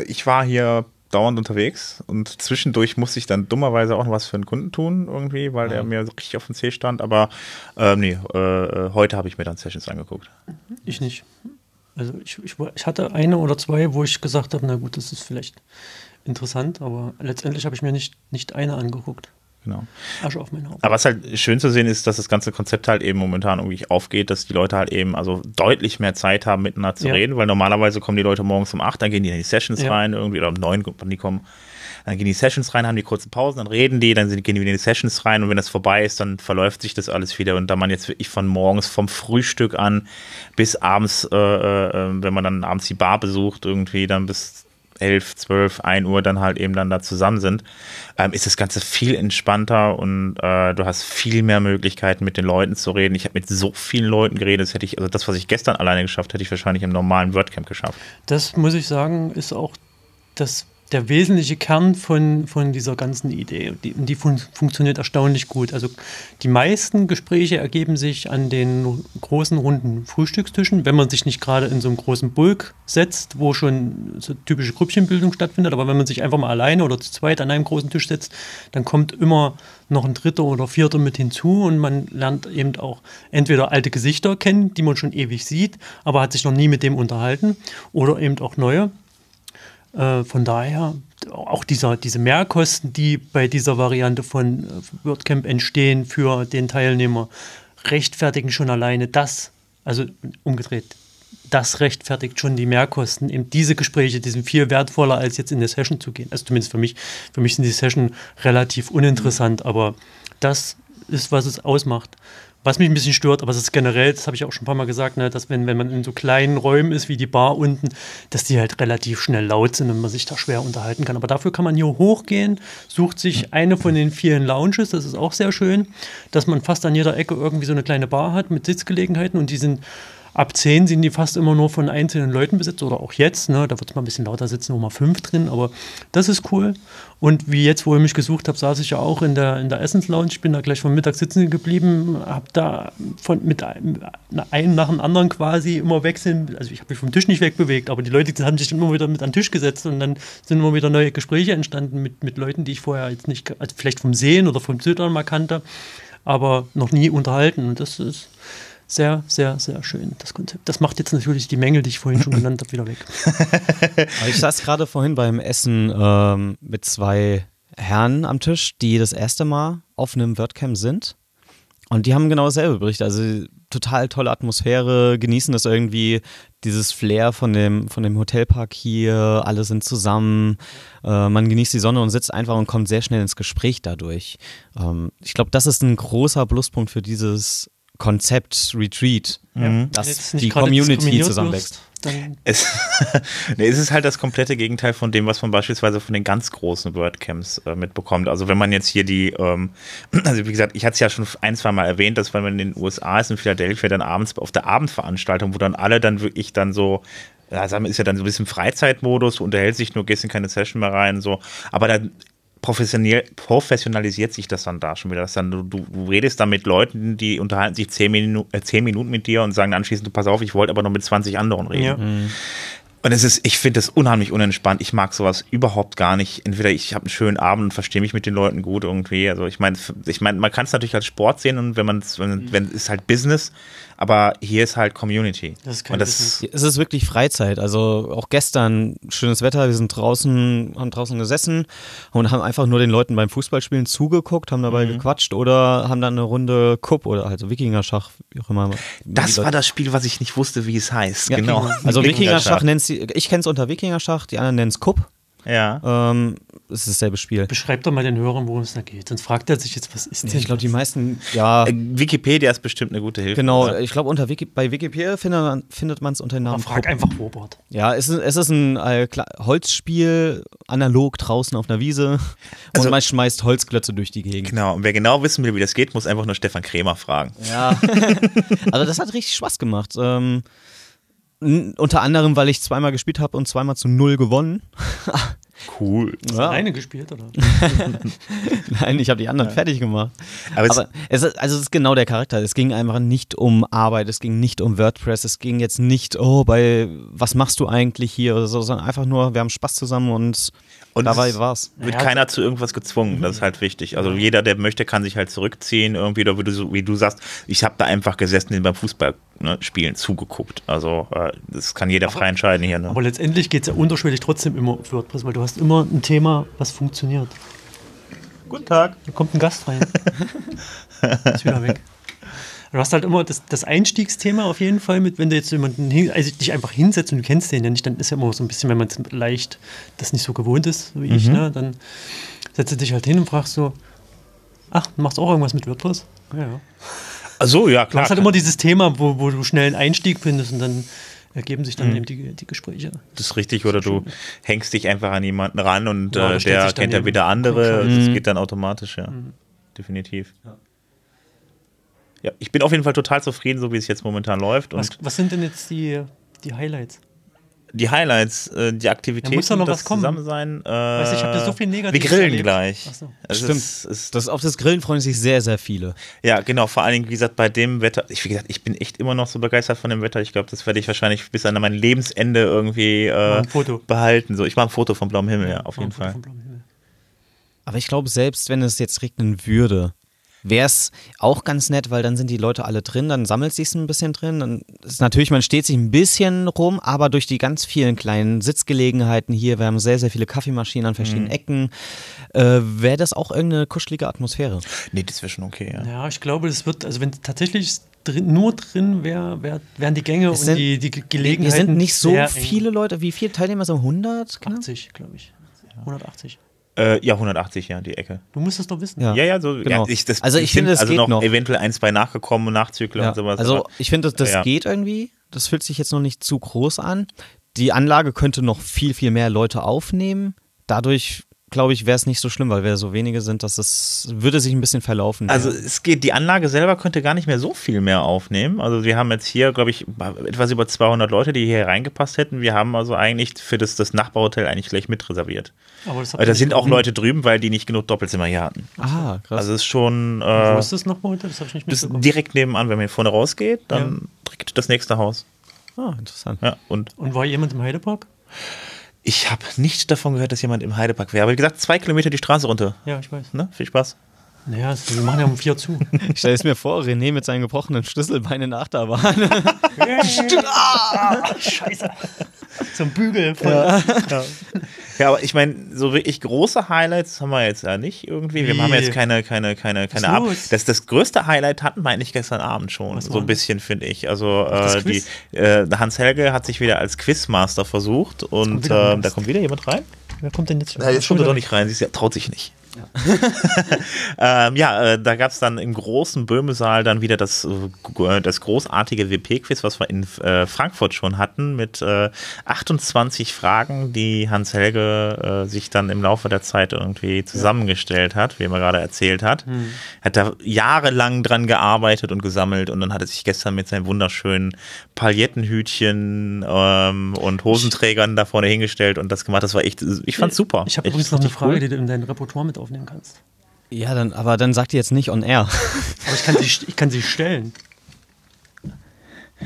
[SPEAKER 1] ich war hier dauernd unterwegs und zwischendurch musste ich dann dummerweise auch noch was für einen Kunden tun irgendwie, weil der mir so richtig auf dem Zeh stand. Aber ähm, nee, äh, äh, heute habe ich mir dann Sessions angeguckt.
[SPEAKER 3] Ich nicht. Also ich, ich, war- ich hatte eine oder zwei, wo ich gesagt habe, na gut, das ist vielleicht interessant, aber letztendlich habe ich mir nicht, nicht eine angeguckt.
[SPEAKER 1] Genau.
[SPEAKER 3] Asche auf mein Haupt.
[SPEAKER 1] Aber was halt schön zu sehen ist, dass das ganze Konzept halt eben momentan irgendwie aufgeht, dass die Leute halt eben also deutlich mehr Zeit haben, miteinander zu
[SPEAKER 3] Ja.
[SPEAKER 1] reden, weil normalerweise kommen die Leute morgens um 8, dann gehen die in die Sessions
[SPEAKER 3] Ja.
[SPEAKER 1] rein irgendwie oder um 9, wann die kommen. Dann gehen die Sessions rein, haben die kurzen Pausen, dann reden die, dann sind- gehen die wieder in die Sessions rein und wenn das vorbei ist, dann verläuft sich das alles wieder. Und da man jetzt wirklich von morgens vom Frühstück an bis abends, äh, äh, äh, wenn man dann abends die Bar besucht, irgendwie dann bis 11, 12, 1 Uhr dann halt eben dann da zusammen sind, ähm, ist das Ganze viel entspannter und äh, du hast viel mehr Möglichkeiten, mit den Leuten zu reden. Ich habe mit so vielen Leuten geredet, das hätte ich, also das, was ich gestern alleine geschafft, hätte ich wahrscheinlich im normalen WordCamp geschafft.
[SPEAKER 3] Das muss ich sagen, ist auch das, der wesentliche Kern von, von dieser ganzen Idee. Und Die, und die fun funktioniert erstaunlich gut. Also die meisten Gespräche ergeben sich an den großen runden Frühstückstischen, wenn man sich nicht gerade in so einem großen Bulk setzt, wo schon so typische Grüppchenbildung stattfindet. Aber wenn man sich einfach mal alleine oder zu zweit an einem großen Tisch setzt, dann kommt immer noch ein dritter oder vierter mit hinzu und man lernt eben auch entweder alte Gesichter kennen, die man schon ewig sieht, aber hat sich noch nie mit dem unterhalten, oder eben auch neue. Äh, von daher auch dieser, diese Mehrkosten, die bei dieser Variante von äh, WordCamp entstehen für den Teilnehmer, rechtfertigen schon alleine das, also umgedreht. das rechtfertigt schon die Mehrkosten. Eben diese Gespräche, die sind viel wertvoller, als jetzt in eine Session zu gehen. Also zumindest für mich. Für mich sind die Session relativ uninteressant, aber das ist, was es ausmacht. Was mich ein bisschen stört, aber es ist generell, das habe ich auch schon ein paar Mal gesagt, ne, dass wenn, wenn man in so kleinen Räumen ist wie die Bar unten, dass die halt relativ schnell laut sind und man sich da schwer unterhalten kann. Aber dafür kann man hier hochgehen, sucht sich eine von den vielen Lounges, das ist auch sehr schön, dass man fast an jeder Ecke irgendwie so eine kleine Bar hat mit Sitzgelegenheiten und die sind ab 10 sind die fast immer nur von einzelnen Leuten besetzt oder auch jetzt, ne, da wird es mal ein bisschen lauter sitzen, Nummer 5 drin, aber das ist cool. Und wie jetzt, wo ich mich gesucht habe, saß ich ja auch in der, in der Essenslounge, ich bin da gleich vom Mittag sitzen geblieben, habe da von, mit einem, einem nach dem anderen quasi immer wechseln, also ich habe mich vom Tisch nicht wegbewegt, aber die Leute haben sich dann immer wieder mit an den Tisch gesetzt und dann sind immer wieder neue Gespräche entstanden mit, mit Leuten, die ich vorher jetzt nicht, ge- also vielleicht vom Sehen oder vom Zittern mal kannte, aber noch nie unterhalten und das ist sehr, sehr, sehr schön, das Konzept. Das macht jetzt natürlich die Mängel, die ich vorhin schon genannt habe, wieder weg.
[SPEAKER 2] Aber ich saß gerade vorhin beim Essen ähm, mit zwei Herren am Tisch, die das erste Mal auf einem WordCamp sind. Und die haben genau dasselbe berichtet. Also total tolle Atmosphäre, genießen das irgendwie, dieses Flair von dem, von dem Hotelpark hier, alle sind zusammen, äh, man genießt die Sonne und sitzt einfach und kommt sehr schnell ins Gespräch dadurch. Ähm, ich glaube, das ist ein großer Pluspunkt für dieses Konzept Retreat,
[SPEAKER 3] Wenn
[SPEAKER 2] Mhm. dass
[SPEAKER 3] jetzt nicht
[SPEAKER 2] die
[SPEAKER 3] gerade
[SPEAKER 2] Community
[SPEAKER 3] diskriminiert
[SPEAKER 2] zusammenwächst.
[SPEAKER 3] wirst, Dann
[SPEAKER 1] Es, nee, es ist halt das komplette Gegenteil von dem, was man beispielsweise von den ganz großen WordCamps äh, mitbekommt. Also wenn man jetzt hier die, ähm, also wie gesagt, ich hatte es ja schon ein, zwei Mal erwähnt, dass wenn man in den USA ist, in Philadelphia, dann abends auf der Abendveranstaltung, wo dann alle dann wirklich dann so ja, sagen wir, ist ja dann so ein bisschen Freizeitmodus, du unterhältst dich nur, gehst in keine Session mehr rein, so. Aber dann professionell, professionalisiert sich das dann da schon wieder. Dass dann, du, du redest dann mit Leuten, die unterhalten sich zehn, Minu äh, zehn Minuten mit dir und sagen anschließend, du pass auf, ich wollte aber noch mit 20 anderen reden.
[SPEAKER 3] Ja.
[SPEAKER 1] Und es ist, ich finde das unheimlich unentspannt. Ich mag sowas überhaupt gar nicht. Entweder ich habe einen schönen Abend und verstehe mich mit den Leuten gut irgendwie. Also ich meine, ich meine, man kann es natürlich als Sport sehen und wenn man es,
[SPEAKER 3] Mhm.
[SPEAKER 1] wenn, wenn ist halt Business, aber hier ist halt Community.
[SPEAKER 3] Das ist kein
[SPEAKER 1] und das,
[SPEAKER 3] Business.
[SPEAKER 2] Ja, Es ist wirklich Freizeit. Also auch gestern schönes Wetter. Wir sind draußen, haben draußen gesessen und haben einfach nur den Leuten beim Fußballspielen zugeguckt, haben
[SPEAKER 1] Mhm.
[SPEAKER 2] dabei gequatscht oder haben dann eine Runde Kupp oder also Wikingerschach, wie auch immer.
[SPEAKER 1] Das
[SPEAKER 2] Die
[SPEAKER 1] war
[SPEAKER 2] Leute-
[SPEAKER 1] das Spiel, was ich nicht wusste, wie es heißt.
[SPEAKER 2] Ja,
[SPEAKER 1] genau.
[SPEAKER 2] Also Wikingerschach nennt sie, ich kenne es unter Wikingerschach, die anderen nennen es Kupp.
[SPEAKER 1] Ja.
[SPEAKER 2] Ähm, es ist dasselbe Spiel.
[SPEAKER 3] beschreib doch mal den Hörern, worum es da geht. Sonst fragt er sich jetzt, was ist denn?
[SPEAKER 2] Ich glaube, die meisten, ja,
[SPEAKER 1] Äh, Wikipedia ist bestimmt eine gute Hilfe.
[SPEAKER 2] genau.
[SPEAKER 1] Ja.
[SPEAKER 2] Ich glaube, unter Wiki, bei Wikipedia findet man es unter dem
[SPEAKER 3] Aber
[SPEAKER 2] Namen
[SPEAKER 3] frag
[SPEAKER 2] Kupp.
[SPEAKER 3] einfach Robert.
[SPEAKER 2] Ja, es ist, es ist ein äh, kla- Holzspiel, analog draußen auf einer Wiese. Und
[SPEAKER 1] Also-
[SPEAKER 2] man schmeißt Holzklötze durch die Gegend.
[SPEAKER 1] Genau. Und wer genau wissen will, wie das geht, muss einfach nur Stefan Krämer fragen.
[SPEAKER 2] Ja. also das hat richtig Spaß gemacht. Ähm, n- unter anderem, weil ich zweimal gespielt habe und zweimal zu null gewonnen.
[SPEAKER 1] Cool.
[SPEAKER 2] Ja.
[SPEAKER 3] Alleine gespielt, oder?
[SPEAKER 2] Nein, ich habe die anderen fertig gemacht.
[SPEAKER 1] Aber es-
[SPEAKER 2] Aber es ist, also es ist genau der Charakter. Es ging einfach nicht um Arbeit, es ging nicht um WordPress, es ging jetzt nicht, oh, bei was machst du eigentlich hier oder so, sondern einfach nur, wir haben Spaß zusammen und,
[SPEAKER 1] Und
[SPEAKER 2] dabei
[SPEAKER 1] es-
[SPEAKER 2] war's.
[SPEAKER 1] Wird
[SPEAKER 3] Ja. also-
[SPEAKER 1] keiner zu irgendwas gezwungen, das ist halt wichtig. Also jeder, der möchte, kann sich halt zurückziehen irgendwie, oder wie du, so- wie du sagst, ich habe da einfach gesessen und beim Fußball ne, spielen zugeguckt. Also äh, das kann jeder frei entscheiden hier. Ne?
[SPEAKER 3] Aber letztendlich geht es ja unterschwellig trotzdem immer auf WordPress, weil du hast immer ein Thema, was funktioniert.
[SPEAKER 1] Guten Tag.
[SPEAKER 3] Da kommt ein Gast rein. ist wieder weg. Du hast halt immer das, das Einstiegsthema auf jeden Fall mit, wenn du jetzt jemanden hin, also dich einfach hinsetzt und du kennst den ja nicht, dann ist ja immer so ein bisschen, wenn man jetzt leicht das nicht so gewohnt ist, so wie
[SPEAKER 1] Mhm.
[SPEAKER 3] ich, ne, dann setzt du dich halt hin und fragst so, ach, du machst auch irgendwas mit WordPress? Ja, ja.
[SPEAKER 1] Ach so, ja,
[SPEAKER 3] Du
[SPEAKER 1] klar.
[SPEAKER 3] hast halt immer dieses Thema, wo, wo du schnell einen Einstieg findest und dann ergeben sich dann
[SPEAKER 1] Mhm.
[SPEAKER 3] eben die, die Gespräche.
[SPEAKER 1] Das ist richtig, oder du hängst dich einfach an jemanden ran und
[SPEAKER 3] Ja, oder
[SPEAKER 1] äh,
[SPEAKER 3] Genau, stellt
[SPEAKER 1] der
[SPEAKER 3] sich
[SPEAKER 1] kennt ja
[SPEAKER 3] daneben.
[SPEAKER 1] wieder andere. Das
[SPEAKER 3] Mhm.
[SPEAKER 1] geht dann automatisch, ja. Definitiv. Ja. ich bin auf jeden Fall total zufrieden, so wie es jetzt momentan läuft. Und
[SPEAKER 3] Was, was sind denn jetzt die, die Highlights?
[SPEAKER 1] die Highlights, äh, die Aktivitäten,
[SPEAKER 3] muss doch noch
[SPEAKER 1] das
[SPEAKER 3] was kommen.
[SPEAKER 1] Zusammensein. Äh,
[SPEAKER 3] Weißt du, ich hab ja so viel Negatives
[SPEAKER 1] Wir grillen
[SPEAKER 3] erlebt.
[SPEAKER 1] gleich.
[SPEAKER 3] Ach so.
[SPEAKER 1] Also
[SPEAKER 2] Stimmt.
[SPEAKER 1] Es ist,
[SPEAKER 2] Das, auf das Grillen freuen sich sehr, sehr viele.
[SPEAKER 1] ja, genau. Vor allen Dingen, wie gesagt, bei dem Wetter. Ich, wie gesagt, ich bin echt immer noch so begeistert von dem Wetter. Ich glaube, das werde ich wahrscheinlich bis an mein Lebensende irgendwie äh,
[SPEAKER 3] ein Foto.
[SPEAKER 1] behalten. So, ich mache ein Foto vom blauen Himmel, ja, auf jeden
[SPEAKER 3] Frankfurt
[SPEAKER 1] Fall.
[SPEAKER 3] vom blauen Himmel.
[SPEAKER 2] Aber ich glaube, selbst wenn es jetzt regnen würde, wäre es auch ganz nett, weil dann sind die Leute alle drin, dann sammelt sich ein bisschen drin. Dann ist natürlich, man steht sich ein bisschen rum, aber durch die ganz vielen kleinen Sitzgelegenheiten hier, wir haben sehr, sehr viele Kaffeemaschinen an verschiedenen
[SPEAKER 3] Mhm.
[SPEAKER 2] Ecken, äh, wäre das auch irgendeine kuschelige Atmosphäre.
[SPEAKER 1] Nee, das wäre schon okay, ja.
[SPEAKER 3] Ja, ich glaube, das wird, also wenn tatsächlich drin, nur drin wäre, wär, wären die Gänge
[SPEAKER 2] Es
[SPEAKER 3] und
[SPEAKER 2] sind-
[SPEAKER 3] die, die Ge- Gelegenheiten.
[SPEAKER 2] Wir sind nicht so
[SPEAKER 3] sehr eng.
[SPEAKER 2] viele ne? Leute, wie viele Teilnehmer sind 100? Knapp?
[SPEAKER 3] 80, glaube ich. 180.
[SPEAKER 1] Äh, ja, 180, ja, die Ecke.
[SPEAKER 3] Du musst das doch wissen.
[SPEAKER 2] Ja.
[SPEAKER 1] Ja, ja, so.
[SPEAKER 2] Genau.
[SPEAKER 1] Ja, ich, das
[SPEAKER 2] Also ich
[SPEAKER 1] sind
[SPEAKER 2] finde, es
[SPEAKER 1] also
[SPEAKER 2] geht
[SPEAKER 1] noch,
[SPEAKER 2] noch.
[SPEAKER 1] eventuell ein, zwei nachgekommen, Nachzügler
[SPEAKER 2] Ja,
[SPEAKER 1] und sowas.
[SPEAKER 2] also
[SPEAKER 1] aber-
[SPEAKER 2] ich finde, das, das
[SPEAKER 1] Ja.
[SPEAKER 2] geht irgendwie. Das fühlt sich jetzt noch nicht zu groß an. Die Anlage könnte noch viel, viel mehr Leute aufnehmen. Dadurch, glaube ich, wäre es nicht so schlimm, weil wir so wenige sind, dass es würde sich ein bisschen verlaufen.
[SPEAKER 1] Also es geht, die Anlage selber könnte gar nicht mehr so viel mehr aufnehmen. Also wir haben jetzt hier, glaube ich, etwas über 200 Leute, die hier reingepasst hätten. Wir haben also eigentlich für das, das Nachbarhotel eigentlich gleich mit reserviert.
[SPEAKER 3] Aber das habt
[SPEAKER 1] Weil
[SPEAKER 3] ihr
[SPEAKER 1] da sind
[SPEAKER 3] nicht-
[SPEAKER 1] auch Leute drüben, weil die nicht genug Doppelzimmer hier hatten.
[SPEAKER 2] ah, krass.
[SPEAKER 1] Also es ist schon
[SPEAKER 3] Wo
[SPEAKER 1] äh,
[SPEAKER 3] ist das nochmal heute? Das habe ich nicht
[SPEAKER 1] das ist
[SPEAKER 3] mitbekommen.
[SPEAKER 1] direkt nebenan, wenn man hier vorne rausgeht, dann direkt das nächste Haus.
[SPEAKER 2] ah, interessant.
[SPEAKER 1] Ja, und
[SPEAKER 3] Und war jemand im Heidepark?
[SPEAKER 1] ich habe nicht davon gehört, dass jemand im Heidepark wäre. Aber wie gesagt, zwei Kilometer die Straße runter.
[SPEAKER 3] Ja, ich weiß.
[SPEAKER 1] Ne? Viel Spaß.
[SPEAKER 3] Naja, es- wir machen ja um vier zu.
[SPEAKER 2] Ich stelle es mir vor, René mit seinen gebrochenen Schlüsselbeinen in der Achterbahn.
[SPEAKER 3] Scheiße. Zum Bügel. Voll.
[SPEAKER 1] Ja, aber ich meine, so wirklich große Highlights haben wir jetzt ja nicht irgendwie. Wir
[SPEAKER 3] Wie?
[SPEAKER 1] haben jetzt keine, keine, keine, keine Ab.
[SPEAKER 3] los?
[SPEAKER 1] Das, das größte Highlight hatten wir eigentlich gestern Abend schon.
[SPEAKER 3] Was
[SPEAKER 1] so
[SPEAKER 3] war
[SPEAKER 1] ein
[SPEAKER 3] das?
[SPEAKER 1] bisschen, finde ich. Also äh,
[SPEAKER 3] das
[SPEAKER 1] die,
[SPEAKER 3] Quiz?
[SPEAKER 1] äh, Hans Helge hat sich wieder als Quizmaster versucht und
[SPEAKER 3] wieder ein
[SPEAKER 1] ähm, da
[SPEAKER 3] Gast.
[SPEAKER 1] kommt wieder jemand rein.
[SPEAKER 3] Wer kommt denn jetzt schon?
[SPEAKER 1] Ja, jetzt kommt er doch
[SPEAKER 3] Schon wieder?
[SPEAKER 1] nicht rein, sie ist ja, traut sich nicht. Ja, ähm, ja äh, da gab es dann im großen Böhmesaal dann wieder das, äh, g- äh, das großartige WP-Quiz, was wir in äh, Frankfurt schon hatten, mit äh, 28 Fragen, die Hans Helge äh, sich dann im Laufe der Zeit irgendwie zusammengestellt hat, wie er gerade erzählt hat.
[SPEAKER 3] Hm.
[SPEAKER 1] Hat da jahrelang dran gearbeitet und gesammelt und dann hat er sich gestern mit seinem wunderschönen Paillettenhütchen ähm, und Hosenträgern da vorne hingestellt und das gemacht. Das war echt, ich fand's super.
[SPEAKER 3] Äh, Ich habe
[SPEAKER 1] Echt
[SPEAKER 3] übrigens noch eine
[SPEAKER 1] richtig
[SPEAKER 3] Frage,
[SPEAKER 1] cool.
[SPEAKER 3] die du in dein Repertoire mit aufnehmen kannst.
[SPEAKER 2] ja, dann, aber dann sagt ihr jetzt nicht on air.
[SPEAKER 3] Aber ich kann sie, ich kann sie stellen.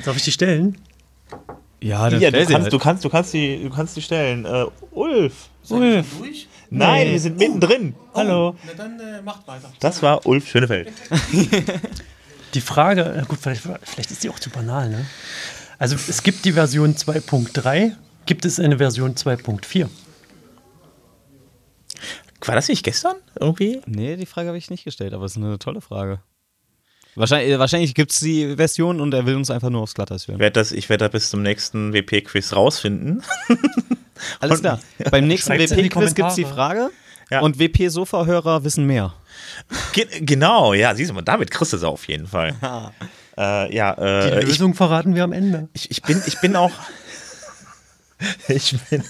[SPEAKER 3] Darf ich die stellen?
[SPEAKER 2] Ja, dann
[SPEAKER 1] Ja, du
[SPEAKER 2] stell sie
[SPEAKER 1] kannst,
[SPEAKER 2] halt.
[SPEAKER 1] du kannst, du kannst die, du kannst die stellen. Äh, Ulf.
[SPEAKER 3] Ulf.
[SPEAKER 4] Durch?
[SPEAKER 1] Nein, wir sind mittendrin. Hallo.
[SPEAKER 4] Na dann äh, macht weiter.
[SPEAKER 1] Das war Ulf Schönefeld.
[SPEAKER 3] Die Frage, na gut, vielleicht, vielleicht ist die auch zu banal, ne? Also es gibt die Version 2.3, gibt es eine Version 2.4?
[SPEAKER 1] War das nicht gestern? Irgendwie?
[SPEAKER 2] Nee, die Frage habe ich nicht gestellt, aber es ist eine tolle Frage. Wahrscheinlich, äh, wahrscheinlich gibt es die Version und er will uns einfach nur aufs Glatteis
[SPEAKER 1] Ich
[SPEAKER 2] führen.
[SPEAKER 1] werde das, ich werd das bis zum nächsten WP-Quiz rausfinden.
[SPEAKER 2] Alles klar. Beim nächsten
[SPEAKER 3] Schreibt's in die
[SPEAKER 2] WP-Quiz gibt es die
[SPEAKER 3] Kommentare.
[SPEAKER 2] Frage
[SPEAKER 1] Ja.
[SPEAKER 2] und WP-Sofa-Hörer wissen mehr.
[SPEAKER 1] Ge genau, ja, siehst du mal, damit kriegst du es auf jeden Fall. äh, ja,
[SPEAKER 3] Die
[SPEAKER 1] äh, ich,
[SPEAKER 3] Lösung verraten wir am Ende.
[SPEAKER 1] ich, ich, bin, ich bin auch. Ich bin,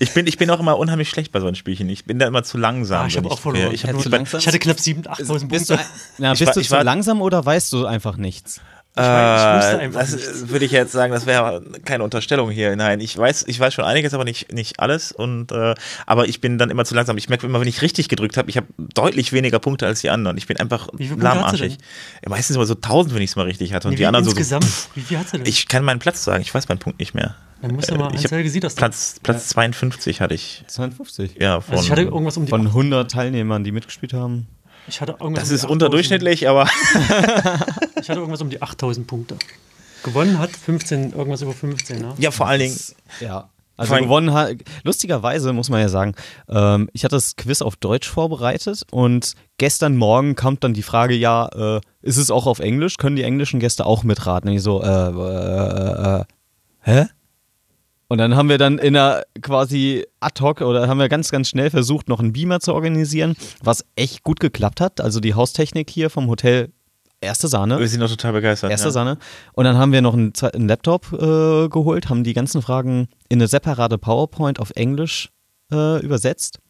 [SPEAKER 1] ich, bin, ich bin auch immer unheimlich schlecht bei so einem Spielchen. Ich bin da immer zu langsam.
[SPEAKER 3] Ah, ich
[SPEAKER 1] wenn
[SPEAKER 3] habe auch verloren.
[SPEAKER 1] Ich,
[SPEAKER 3] Ich,
[SPEAKER 1] hab,
[SPEAKER 3] hab
[SPEAKER 2] zu
[SPEAKER 3] nur,
[SPEAKER 2] langsam?
[SPEAKER 3] ich hatte knapp 7.000, 8.000
[SPEAKER 2] Bist du, ein-
[SPEAKER 3] Punkte.
[SPEAKER 2] na,
[SPEAKER 1] Ich
[SPEAKER 2] bist
[SPEAKER 1] war-
[SPEAKER 2] du
[SPEAKER 1] ich
[SPEAKER 2] zu
[SPEAKER 1] war-
[SPEAKER 2] langsam oder weißt du einfach nichts?
[SPEAKER 3] Ich, war- ich wusste einfach
[SPEAKER 1] Äh, das
[SPEAKER 3] nicht.
[SPEAKER 1] würde ich jetzt sagen, das wäre keine Unterstellung hier. Nein, ich weiß, ich weiß schon einiges, aber nicht, nicht alles. Und äh, aber ich bin dann immer zu langsam. Ich merke immer, wenn ich richtig gedrückt habe, ich habe deutlich weniger Punkte als die anderen. Ich bin einfach
[SPEAKER 3] Wie viele Punkte
[SPEAKER 1] lahmarschig.
[SPEAKER 3] hast du
[SPEAKER 1] Ja, meistens immer so 1000, wenn ich es mal richtig hatte. Und
[SPEAKER 3] Nee,
[SPEAKER 1] die
[SPEAKER 3] wie
[SPEAKER 1] anderen so, so
[SPEAKER 3] insgesamt, wie viel hat sie denn?
[SPEAKER 1] ich kann meinen Platz sagen. Ich weiß meinen Punkt nicht mehr.
[SPEAKER 3] Dann muss ja mal,
[SPEAKER 1] ich
[SPEAKER 3] Hans
[SPEAKER 1] hab
[SPEAKER 3] Helge sieht das doch.
[SPEAKER 1] Platz, Platz 52 hatte ich.
[SPEAKER 2] 52.
[SPEAKER 1] Ja, von,
[SPEAKER 3] Also ich hatte irgendwas um die,
[SPEAKER 2] Von 100 Teilnehmern, die mitgespielt haben.
[SPEAKER 3] ich hatte
[SPEAKER 1] das
[SPEAKER 3] irgendwas um die
[SPEAKER 1] ist
[SPEAKER 3] 8.000
[SPEAKER 1] unterdurchschnittlich, aber
[SPEAKER 3] Ich hatte irgendwas um die 8000 Punkte. Gewonnen hat 15, irgendwas über 15, ne?
[SPEAKER 1] ja, vor allen Dingen.
[SPEAKER 2] Ja. Also
[SPEAKER 1] Vor allem-
[SPEAKER 2] gewonnen hat, lustigerweise muss man ja sagen, ähm, ich hatte das Quiz auf Deutsch vorbereitet und gestern Morgen kam dann die Frage, ja, äh, ist es auch auf Englisch? Können die englischen Gäste auch mitraten? Und ich so, äh, äh, äh, hä? Und dann haben wir dann in einer quasi ad hoc oder haben wir ganz, ganz schnell versucht, noch einen Beamer zu organisieren, was echt gut geklappt hat. Also die Haustechnik hier vom Hotel, erste Sahne.
[SPEAKER 1] Wir sind noch total begeistert. ne?
[SPEAKER 2] Erste
[SPEAKER 1] ja.
[SPEAKER 2] Sahne. Und dann haben wir noch einen, zwe- einen Laptop äh, geholt, haben die ganzen Fragen in eine separate PowerPoint auf Englisch äh, übersetzt.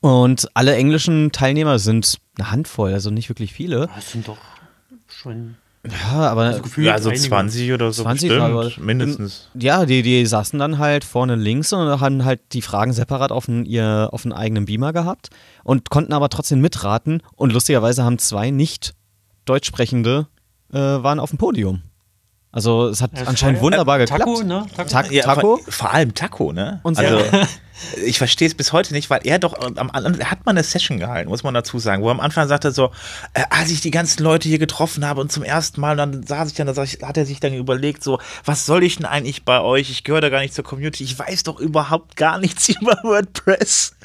[SPEAKER 2] Und alle englischen Teilnehmer sind eine Handvoll, also nicht wirklich viele. Also
[SPEAKER 3] Das sind doch schon
[SPEAKER 2] Ja, aber
[SPEAKER 3] gefühlt
[SPEAKER 1] Ja, so
[SPEAKER 3] einige.
[SPEAKER 1] 20 oder so
[SPEAKER 2] 20
[SPEAKER 1] bestimmt,
[SPEAKER 2] aber-
[SPEAKER 1] mindestens.
[SPEAKER 2] ja, die, die saßen dann halt vorne links und haben halt die Fragen separat auf einen, ihr, auf einen eigenen Beamer gehabt und konnten aber trotzdem mitraten. Und lustigerweise haben zwei nicht Deutschsprechende äh, waren auf dem Podium. Also es hat
[SPEAKER 3] das war
[SPEAKER 2] anscheinend
[SPEAKER 3] ja- äh,
[SPEAKER 2] wunderbar
[SPEAKER 3] Taco,
[SPEAKER 2] geklappt.
[SPEAKER 3] ne? Taco?
[SPEAKER 2] Tak-
[SPEAKER 1] Ja,
[SPEAKER 2] Taco?
[SPEAKER 1] Vor, vor allem Taco, ne?
[SPEAKER 2] Und
[SPEAKER 1] also, ich verstehe es bis heute nicht, weil er doch am Anfang er hat mal eine Session gehalten, muss man dazu sagen, wo er am Anfang sagte so, äh, als ich die ganzen Leute hier getroffen habe und zum ersten Mal, dann saß ich dann, da sag ich- hat er sich dann überlegt so, was soll ich denn eigentlich bei euch? Ich gehöre da gar nicht zur Community, ich weiß doch überhaupt gar nichts über WordPress.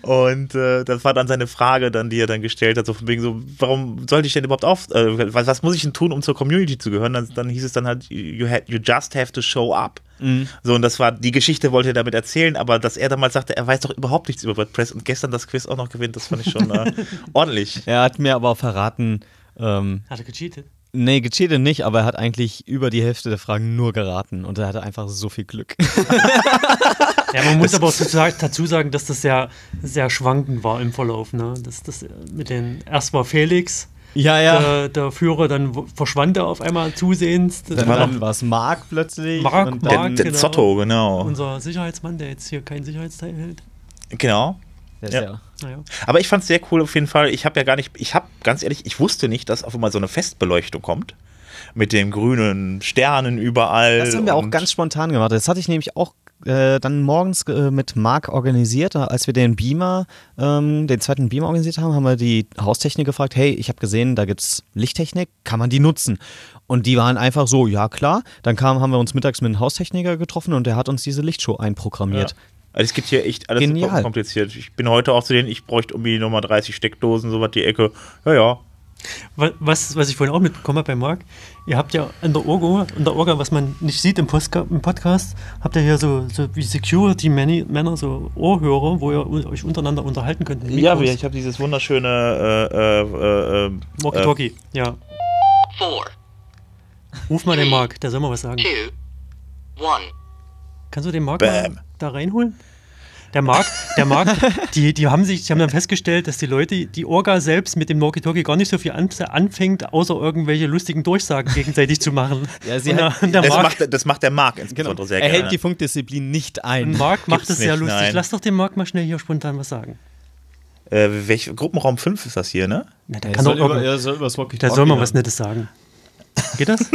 [SPEAKER 1] Und äh, das war dann seine Frage, dann die er dann gestellt hat, so von wegen so, warum sollte ich denn überhaupt auf, äh, was, was muss ich denn tun, um zur Community zu gehören? Dann, dann hieß es dann halt, you, had, you just have to show up.
[SPEAKER 2] Mhm.
[SPEAKER 1] So, und das war, die Geschichte wollte er damit erzählen, aber dass er damals sagte, er weiß doch überhaupt nichts über WordPress und gestern das Quiz auch noch gewinnt, das fand ich schon äh, ordentlich.
[SPEAKER 2] Er hat mir aber auch verraten, ähm,
[SPEAKER 3] Hat er gecheatet?
[SPEAKER 2] nee, gecheatet nicht, aber er hat eigentlich über die Hälfte der Fragen nur geraten und er hatte einfach so viel Glück.
[SPEAKER 3] Ja, man muss aber auch dazu sagen- dazu sagen, dass das sehr, sehr schwankend war im Verlauf. Ne? Das, das mit den, erst war Felix,
[SPEAKER 2] ja,
[SPEAKER 3] der, der Führer, dann w- verschwand er auf einmal zusehends.
[SPEAKER 2] Dann,
[SPEAKER 1] war
[SPEAKER 2] war,
[SPEAKER 1] noch-
[SPEAKER 2] dann war es Mark plötzlich.
[SPEAKER 3] Mark,
[SPEAKER 2] und
[SPEAKER 1] Der,
[SPEAKER 2] dann,
[SPEAKER 3] Mark.
[SPEAKER 1] der
[SPEAKER 3] genau.
[SPEAKER 1] Zotto, genau.
[SPEAKER 3] unser Sicherheitsmann, der jetzt hier kein Sicherheitsteil hält.
[SPEAKER 1] Genau.
[SPEAKER 2] Der ist
[SPEAKER 1] Ja.
[SPEAKER 2] ja.
[SPEAKER 3] Naja.
[SPEAKER 1] Aber ich fand es sehr cool auf jeden Fall. Ich habe ja gar nicht, ich habe ganz ehrlich, ich wusste nicht, dass auf einmal so eine Festbeleuchtung kommt. Mit den grünen Sternen überall.
[SPEAKER 2] Das haben wir auch
[SPEAKER 1] und-
[SPEAKER 2] ganz spontan gemacht. Das hatte ich nämlich auch äh, dann morgens äh, mit Marc organisiert. äh, Als wir den Beamer, ähm, den zweiten Beamer organisiert haben, haben wir die Haustechnik gefragt, hey, ich habe gesehen, da gibt es Lichttechnik, kann man die nutzen? Und die waren einfach so, ja klar. Dann kam, haben wir uns mittags mit einem Haustechniker getroffen und der hat uns diese Lichtshow einprogrammiert.
[SPEAKER 1] Ja. Also es gibt hier echt alles
[SPEAKER 2] Genial.
[SPEAKER 1] super kompliziert. Ich bin heute auch zu denen, ich bräuchte irgendwie nochmal 30 Steckdosen, sowas die Ecke. Ja, ja.
[SPEAKER 3] Wa- Was, was ich vorhin auch mitbekommen habe bei Marc, ihr habt ja in der Orga, in der Orga was man nicht sieht im, Postka im Podcast, habt ihr hier so, so wie Security-Männer, so Ohrhörer, wo ihr u- euch untereinander unterhalten könnt. mit Mikros.
[SPEAKER 1] ich habe dieses wunderschöne äh, äh, äh, äh,
[SPEAKER 3] Walkie-Talkie, ja.
[SPEAKER 4] four,
[SPEAKER 3] Ruf mal den Marc, der soll mal was sagen.
[SPEAKER 4] two, one.
[SPEAKER 3] Kannst du den Marc
[SPEAKER 1] Bam.
[SPEAKER 3] mal da reinholen? Der Marc, der Marc, die, die haben sich, die haben dann festgestellt, dass die Leute, die Orga selbst mit dem Walkie-Talkie gar nicht so viel an, anfängt, außer irgendwelche lustigen Durchsagen gegenseitig zu machen.
[SPEAKER 2] Ja, sie
[SPEAKER 3] Und der,
[SPEAKER 2] hat-
[SPEAKER 3] und der
[SPEAKER 1] das,
[SPEAKER 3] Marc,
[SPEAKER 1] macht, das macht der Marc
[SPEAKER 3] Genau.
[SPEAKER 1] insbesondere sehr
[SPEAKER 2] Er
[SPEAKER 1] gerne.
[SPEAKER 2] hält die Funkdisziplin nicht ein.
[SPEAKER 3] Marc macht
[SPEAKER 1] Gibt's
[SPEAKER 3] es sehr
[SPEAKER 1] nicht,
[SPEAKER 3] lustig.
[SPEAKER 1] nein.
[SPEAKER 3] Lass doch den Marc mal schnell hier spontan was sagen.
[SPEAKER 1] äh, welch, Gruppenraum 5 ist das hier, ne?
[SPEAKER 3] Na, der
[SPEAKER 2] Er
[SPEAKER 3] kann doch
[SPEAKER 2] soll, über,
[SPEAKER 3] irgend-
[SPEAKER 2] er soll über das
[SPEAKER 3] der
[SPEAKER 2] Walkie-Talkie
[SPEAKER 3] soll mal
[SPEAKER 2] dann-
[SPEAKER 3] was ne- Nettes sagen. Geht das?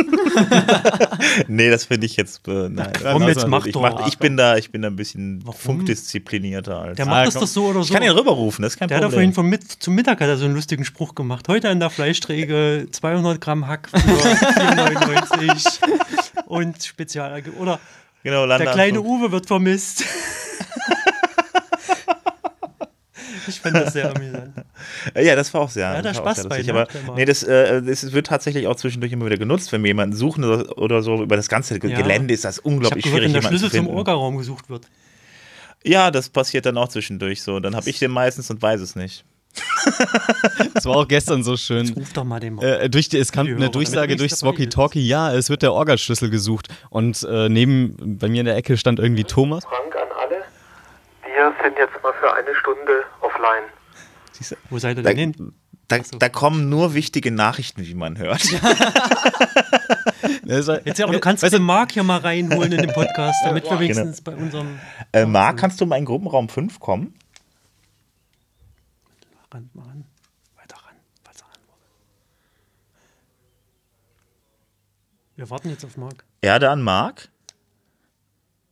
[SPEAKER 1] nee, das finde ich jetzt. Äh, nein.
[SPEAKER 3] komm, jetzt
[SPEAKER 1] Also,
[SPEAKER 3] mach
[SPEAKER 1] ich,
[SPEAKER 3] doch.
[SPEAKER 1] ich, bin da, ich bin da ein bisschen
[SPEAKER 3] Warum?
[SPEAKER 1] funkdisziplinierter als. Ah,
[SPEAKER 3] Der macht das
[SPEAKER 2] komm.
[SPEAKER 3] doch so oder
[SPEAKER 1] ich
[SPEAKER 3] so.
[SPEAKER 1] kann ihn rüberrufen, das ist kein
[SPEAKER 3] der hat doch vorhin
[SPEAKER 1] Problem.
[SPEAKER 3] vom Mit zum Mittag hat er so einen lustigen Spruch gemacht. Heute an der Fleischträge 200 Gramm Hack für 4,99 und Spezial. Oder
[SPEAKER 1] Genau,
[SPEAKER 3] der kleine Uwe wird vermisst. ich fand das sehr amüsant.
[SPEAKER 1] Äh, Ja, das war auch sehr.
[SPEAKER 3] hat
[SPEAKER 1] das
[SPEAKER 3] er
[SPEAKER 1] war auch
[SPEAKER 3] Spaß
[SPEAKER 1] sehr
[SPEAKER 3] bei,
[SPEAKER 1] lustig,
[SPEAKER 3] ne?
[SPEAKER 1] aber
[SPEAKER 3] Der Marc.
[SPEAKER 1] nee, das, äh, das wird tatsächlich auch zwischendurch immer wieder genutzt, wenn wir jemanden suchen oder, oder so. Über das ganze Ge-
[SPEAKER 3] Ja.
[SPEAKER 1] Gelände ist das
[SPEAKER 3] Ich habe
[SPEAKER 1] unglaublich
[SPEAKER 3] gehört,
[SPEAKER 1] schwierig,
[SPEAKER 3] wenn der
[SPEAKER 1] jemanden zu
[SPEAKER 3] Schlüssel zum
[SPEAKER 1] finden.
[SPEAKER 3] Orga-Raum gesucht wird.
[SPEAKER 1] ja, das passiert dann auch zwischendurch so. Dann habe ich den meistens und weiß es nicht.
[SPEAKER 2] Das war auch gestern so schön.
[SPEAKER 3] Ruf doch mal den Marc.
[SPEAKER 2] Äh, durch die, es kam
[SPEAKER 3] Die Hörer,
[SPEAKER 2] eine Durchsage
[SPEAKER 3] damit
[SPEAKER 2] durchs
[SPEAKER 3] nichts dabei ist.
[SPEAKER 2] Walkie-Talkie, ja, es wird der Orgaschlüssel gesucht. Und äh, neben, bei mir in der Ecke stand irgendwie Thomas.
[SPEAKER 5] Frank an alle. Wir sind jetzt mal für eine Stunde offline.
[SPEAKER 1] Siehst du?
[SPEAKER 3] Wo seid ihr
[SPEAKER 1] Da,
[SPEAKER 3] denn hin?
[SPEAKER 1] da, da kommen nur wichtige Nachrichten, wie man hört.
[SPEAKER 2] Jetzt,
[SPEAKER 3] Jetzt ja
[SPEAKER 1] Äh,
[SPEAKER 3] auch, du kannst
[SPEAKER 2] Äh, weißt
[SPEAKER 3] den
[SPEAKER 2] du,
[SPEAKER 3] Marc hier mal reinholen in den Podcast, damit wir wenigstens bei unserem
[SPEAKER 1] äh, Marc, kannst du mal in Gruppenraum 5 kommen?
[SPEAKER 3] ran, mal ran, weiter ran, weiter ran. Wir warten jetzt auf Marc.
[SPEAKER 1] Erde an Marc?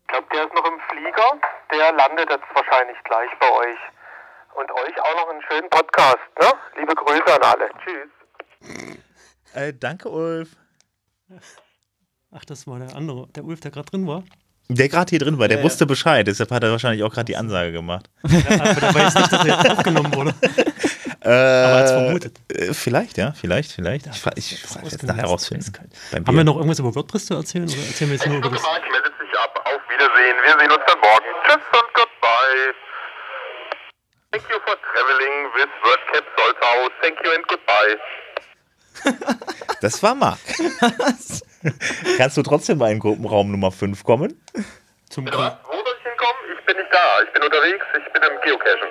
[SPEAKER 5] Ich glaube, der ist noch im Flieger. Der landet jetzt wahrscheinlich gleich bei euch. Und euch auch noch einen schönen Podcast. Ne? Liebe Grüße an alle. Tschüss.
[SPEAKER 1] Äh, danke, Ulf.
[SPEAKER 3] Ach, das war der andere, der Ulf, der gerade drin war.
[SPEAKER 1] Der gerade hier drin war, der wusste Bescheid, deshalb hat er wahrscheinlich auch gerade die Ansage gemacht.
[SPEAKER 3] Ah, Aber der weiß nicht, dass er jetzt aufgenommen wurde.
[SPEAKER 1] Aber
[SPEAKER 3] hat's vermutet.
[SPEAKER 1] Äh, vielleicht, ja, vielleicht, vielleicht. Ich, fra- ich frage jetzt nachher rausfinden. Beim
[SPEAKER 3] Haben
[SPEAKER 1] Bier.
[SPEAKER 3] wir noch irgendwas über WordPress zu erzählen oder erzählen wir jetzt nur über das?
[SPEAKER 5] meldet sich ab. Auf Wiedersehen. Wir sehen uns dann morgen. Tschüss und goodbye. Thank you for traveling with WordCap Soltau. Thank you and goodbye.
[SPEAKER 1] Das war Marc. Kannst du trotzdem mal in Gruppenraum Nummer 5 kommen?
[SPEAKER 3] Zum Glück.
[SPEAKER 5] Wo soll ich hinkommen? Ich bin nicht da. Ich bin unterwegs. Ich bin im Geocachen.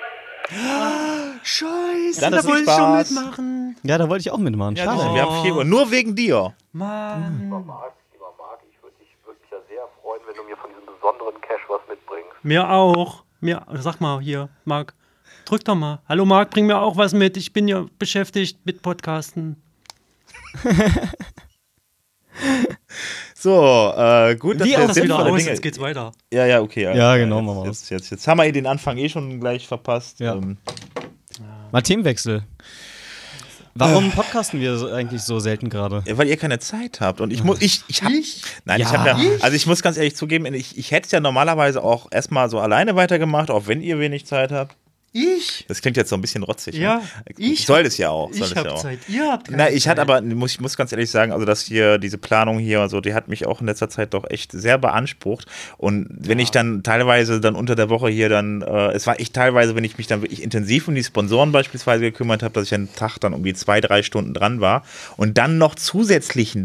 [SPEAKER 3] Scheiße,
[SPEAKER 1] Dann
[SPEAKER 3] da
[SPEAKER 1] viel
[SPEAKER 3] wollte ich schon
[SPEAKER 1] Spaß.
[SPEAKER 3] mitmachen. Oh.
[SPEAKER 2] ja, da wollte ich auch mitmachen.
[SPEAKER 3] Ja,
[SPEAKER 2] Schade.
[SPEAKER 3] doch.
[SPEAKER 1] Wir haben 4 Uhr, nur wegen dir.
[SPEAKER 3] Mann.
[SPEAKER 6] Marc, lieber Marc, ich würde dich wirklich ja sehr freuen, wenn du mir von diesem besonderen Cash was mitbringst.
[SPEAKER 3] Mir auch. Mir, sag mal hier, Marc, drück doch mal. Hallo Marc, bring mir auch was mit. Ich bin ja beschäftigt mit Podcasten.
[SPEAKER 1] So, äh, gut,
[SPEAKER 2] Wie
[SPEAKER 1] wir
[SPEAKER 2] auch
[SPEAKER 3] Das
[SPEAKER 1] sinnvolle
[SPEAKER 3] wieder aus,
[SPEAKER 1] Dinge-
[SPEAKER 3] jetzt geht's weiter.
[SPEAKER 1] Ja, ja, okay. Ja,
[SPEAKER 2] Ja, genau, machen
[SPEAKER 1] Jetzt,
[SPEAKER 2] wir
[SPEAKER 1] jetzt, jetzt, jetzt haben wir eh den Anfang eh schon gleich verpasst.
[SPEAKER 2] Ja.
[SPEAKER 1] Ähm,
[SPEAKER 2] Mal Themenwechsel. Warum podcasten wir so- eigentlich so selten gerade?
[SPEAKER 1] Ja, weil ihr keine Zeit habt. Und ich muss, ich, ich hab, nein, ich
[SPEAKER 2] Ja.
[SPEAKER 1] hab ja, also ich muss ganz ehrlich zugeben, ich, ich hätte es ja normalerweise auch erstmal so alleine weitergemacht, auch wenn ihr wenig Zeit habt.
[SPEAKER 3] Ich?
[SPEAKER 1] Das klingt jetzt so ein bisschen rotzig.
[SPEAKER 3] Ja,
[SPEAKER 1] ne?
[SPEAKER 3] ich
[SPEAKER 1] soll
[SPEAKER 3] hab-
[SPEAKER 1] das ja auch. Soll
[SPEAKER 3] Ich
[SPEAKER 1] das ja
[SPEAKER 3] hab
[SPEAKER 1] auch.
[SPEAKER 3] Zeit. Ihr habt keine
[SPEAKER 1] Na, ich
[SPEAKER 3] Zeit.
[SPEAKER 1] hatte aber, muss, ich muss ganz ehrlich sagen, also dass hier diese Planung hier und so, die hat mich auch in letzter Zeit doch echt sehr beansprucht. Und wenn ich dann teilweise dann unter der Woche hier dann, äh, es war ich teilweise, wenn ich mich dann wirklich intensiv um die Sponsoren beispielsweise gekümmert habe, dass ich einen Tag dann um die zwei, drei Stunden dran war und dann noch zusätzlich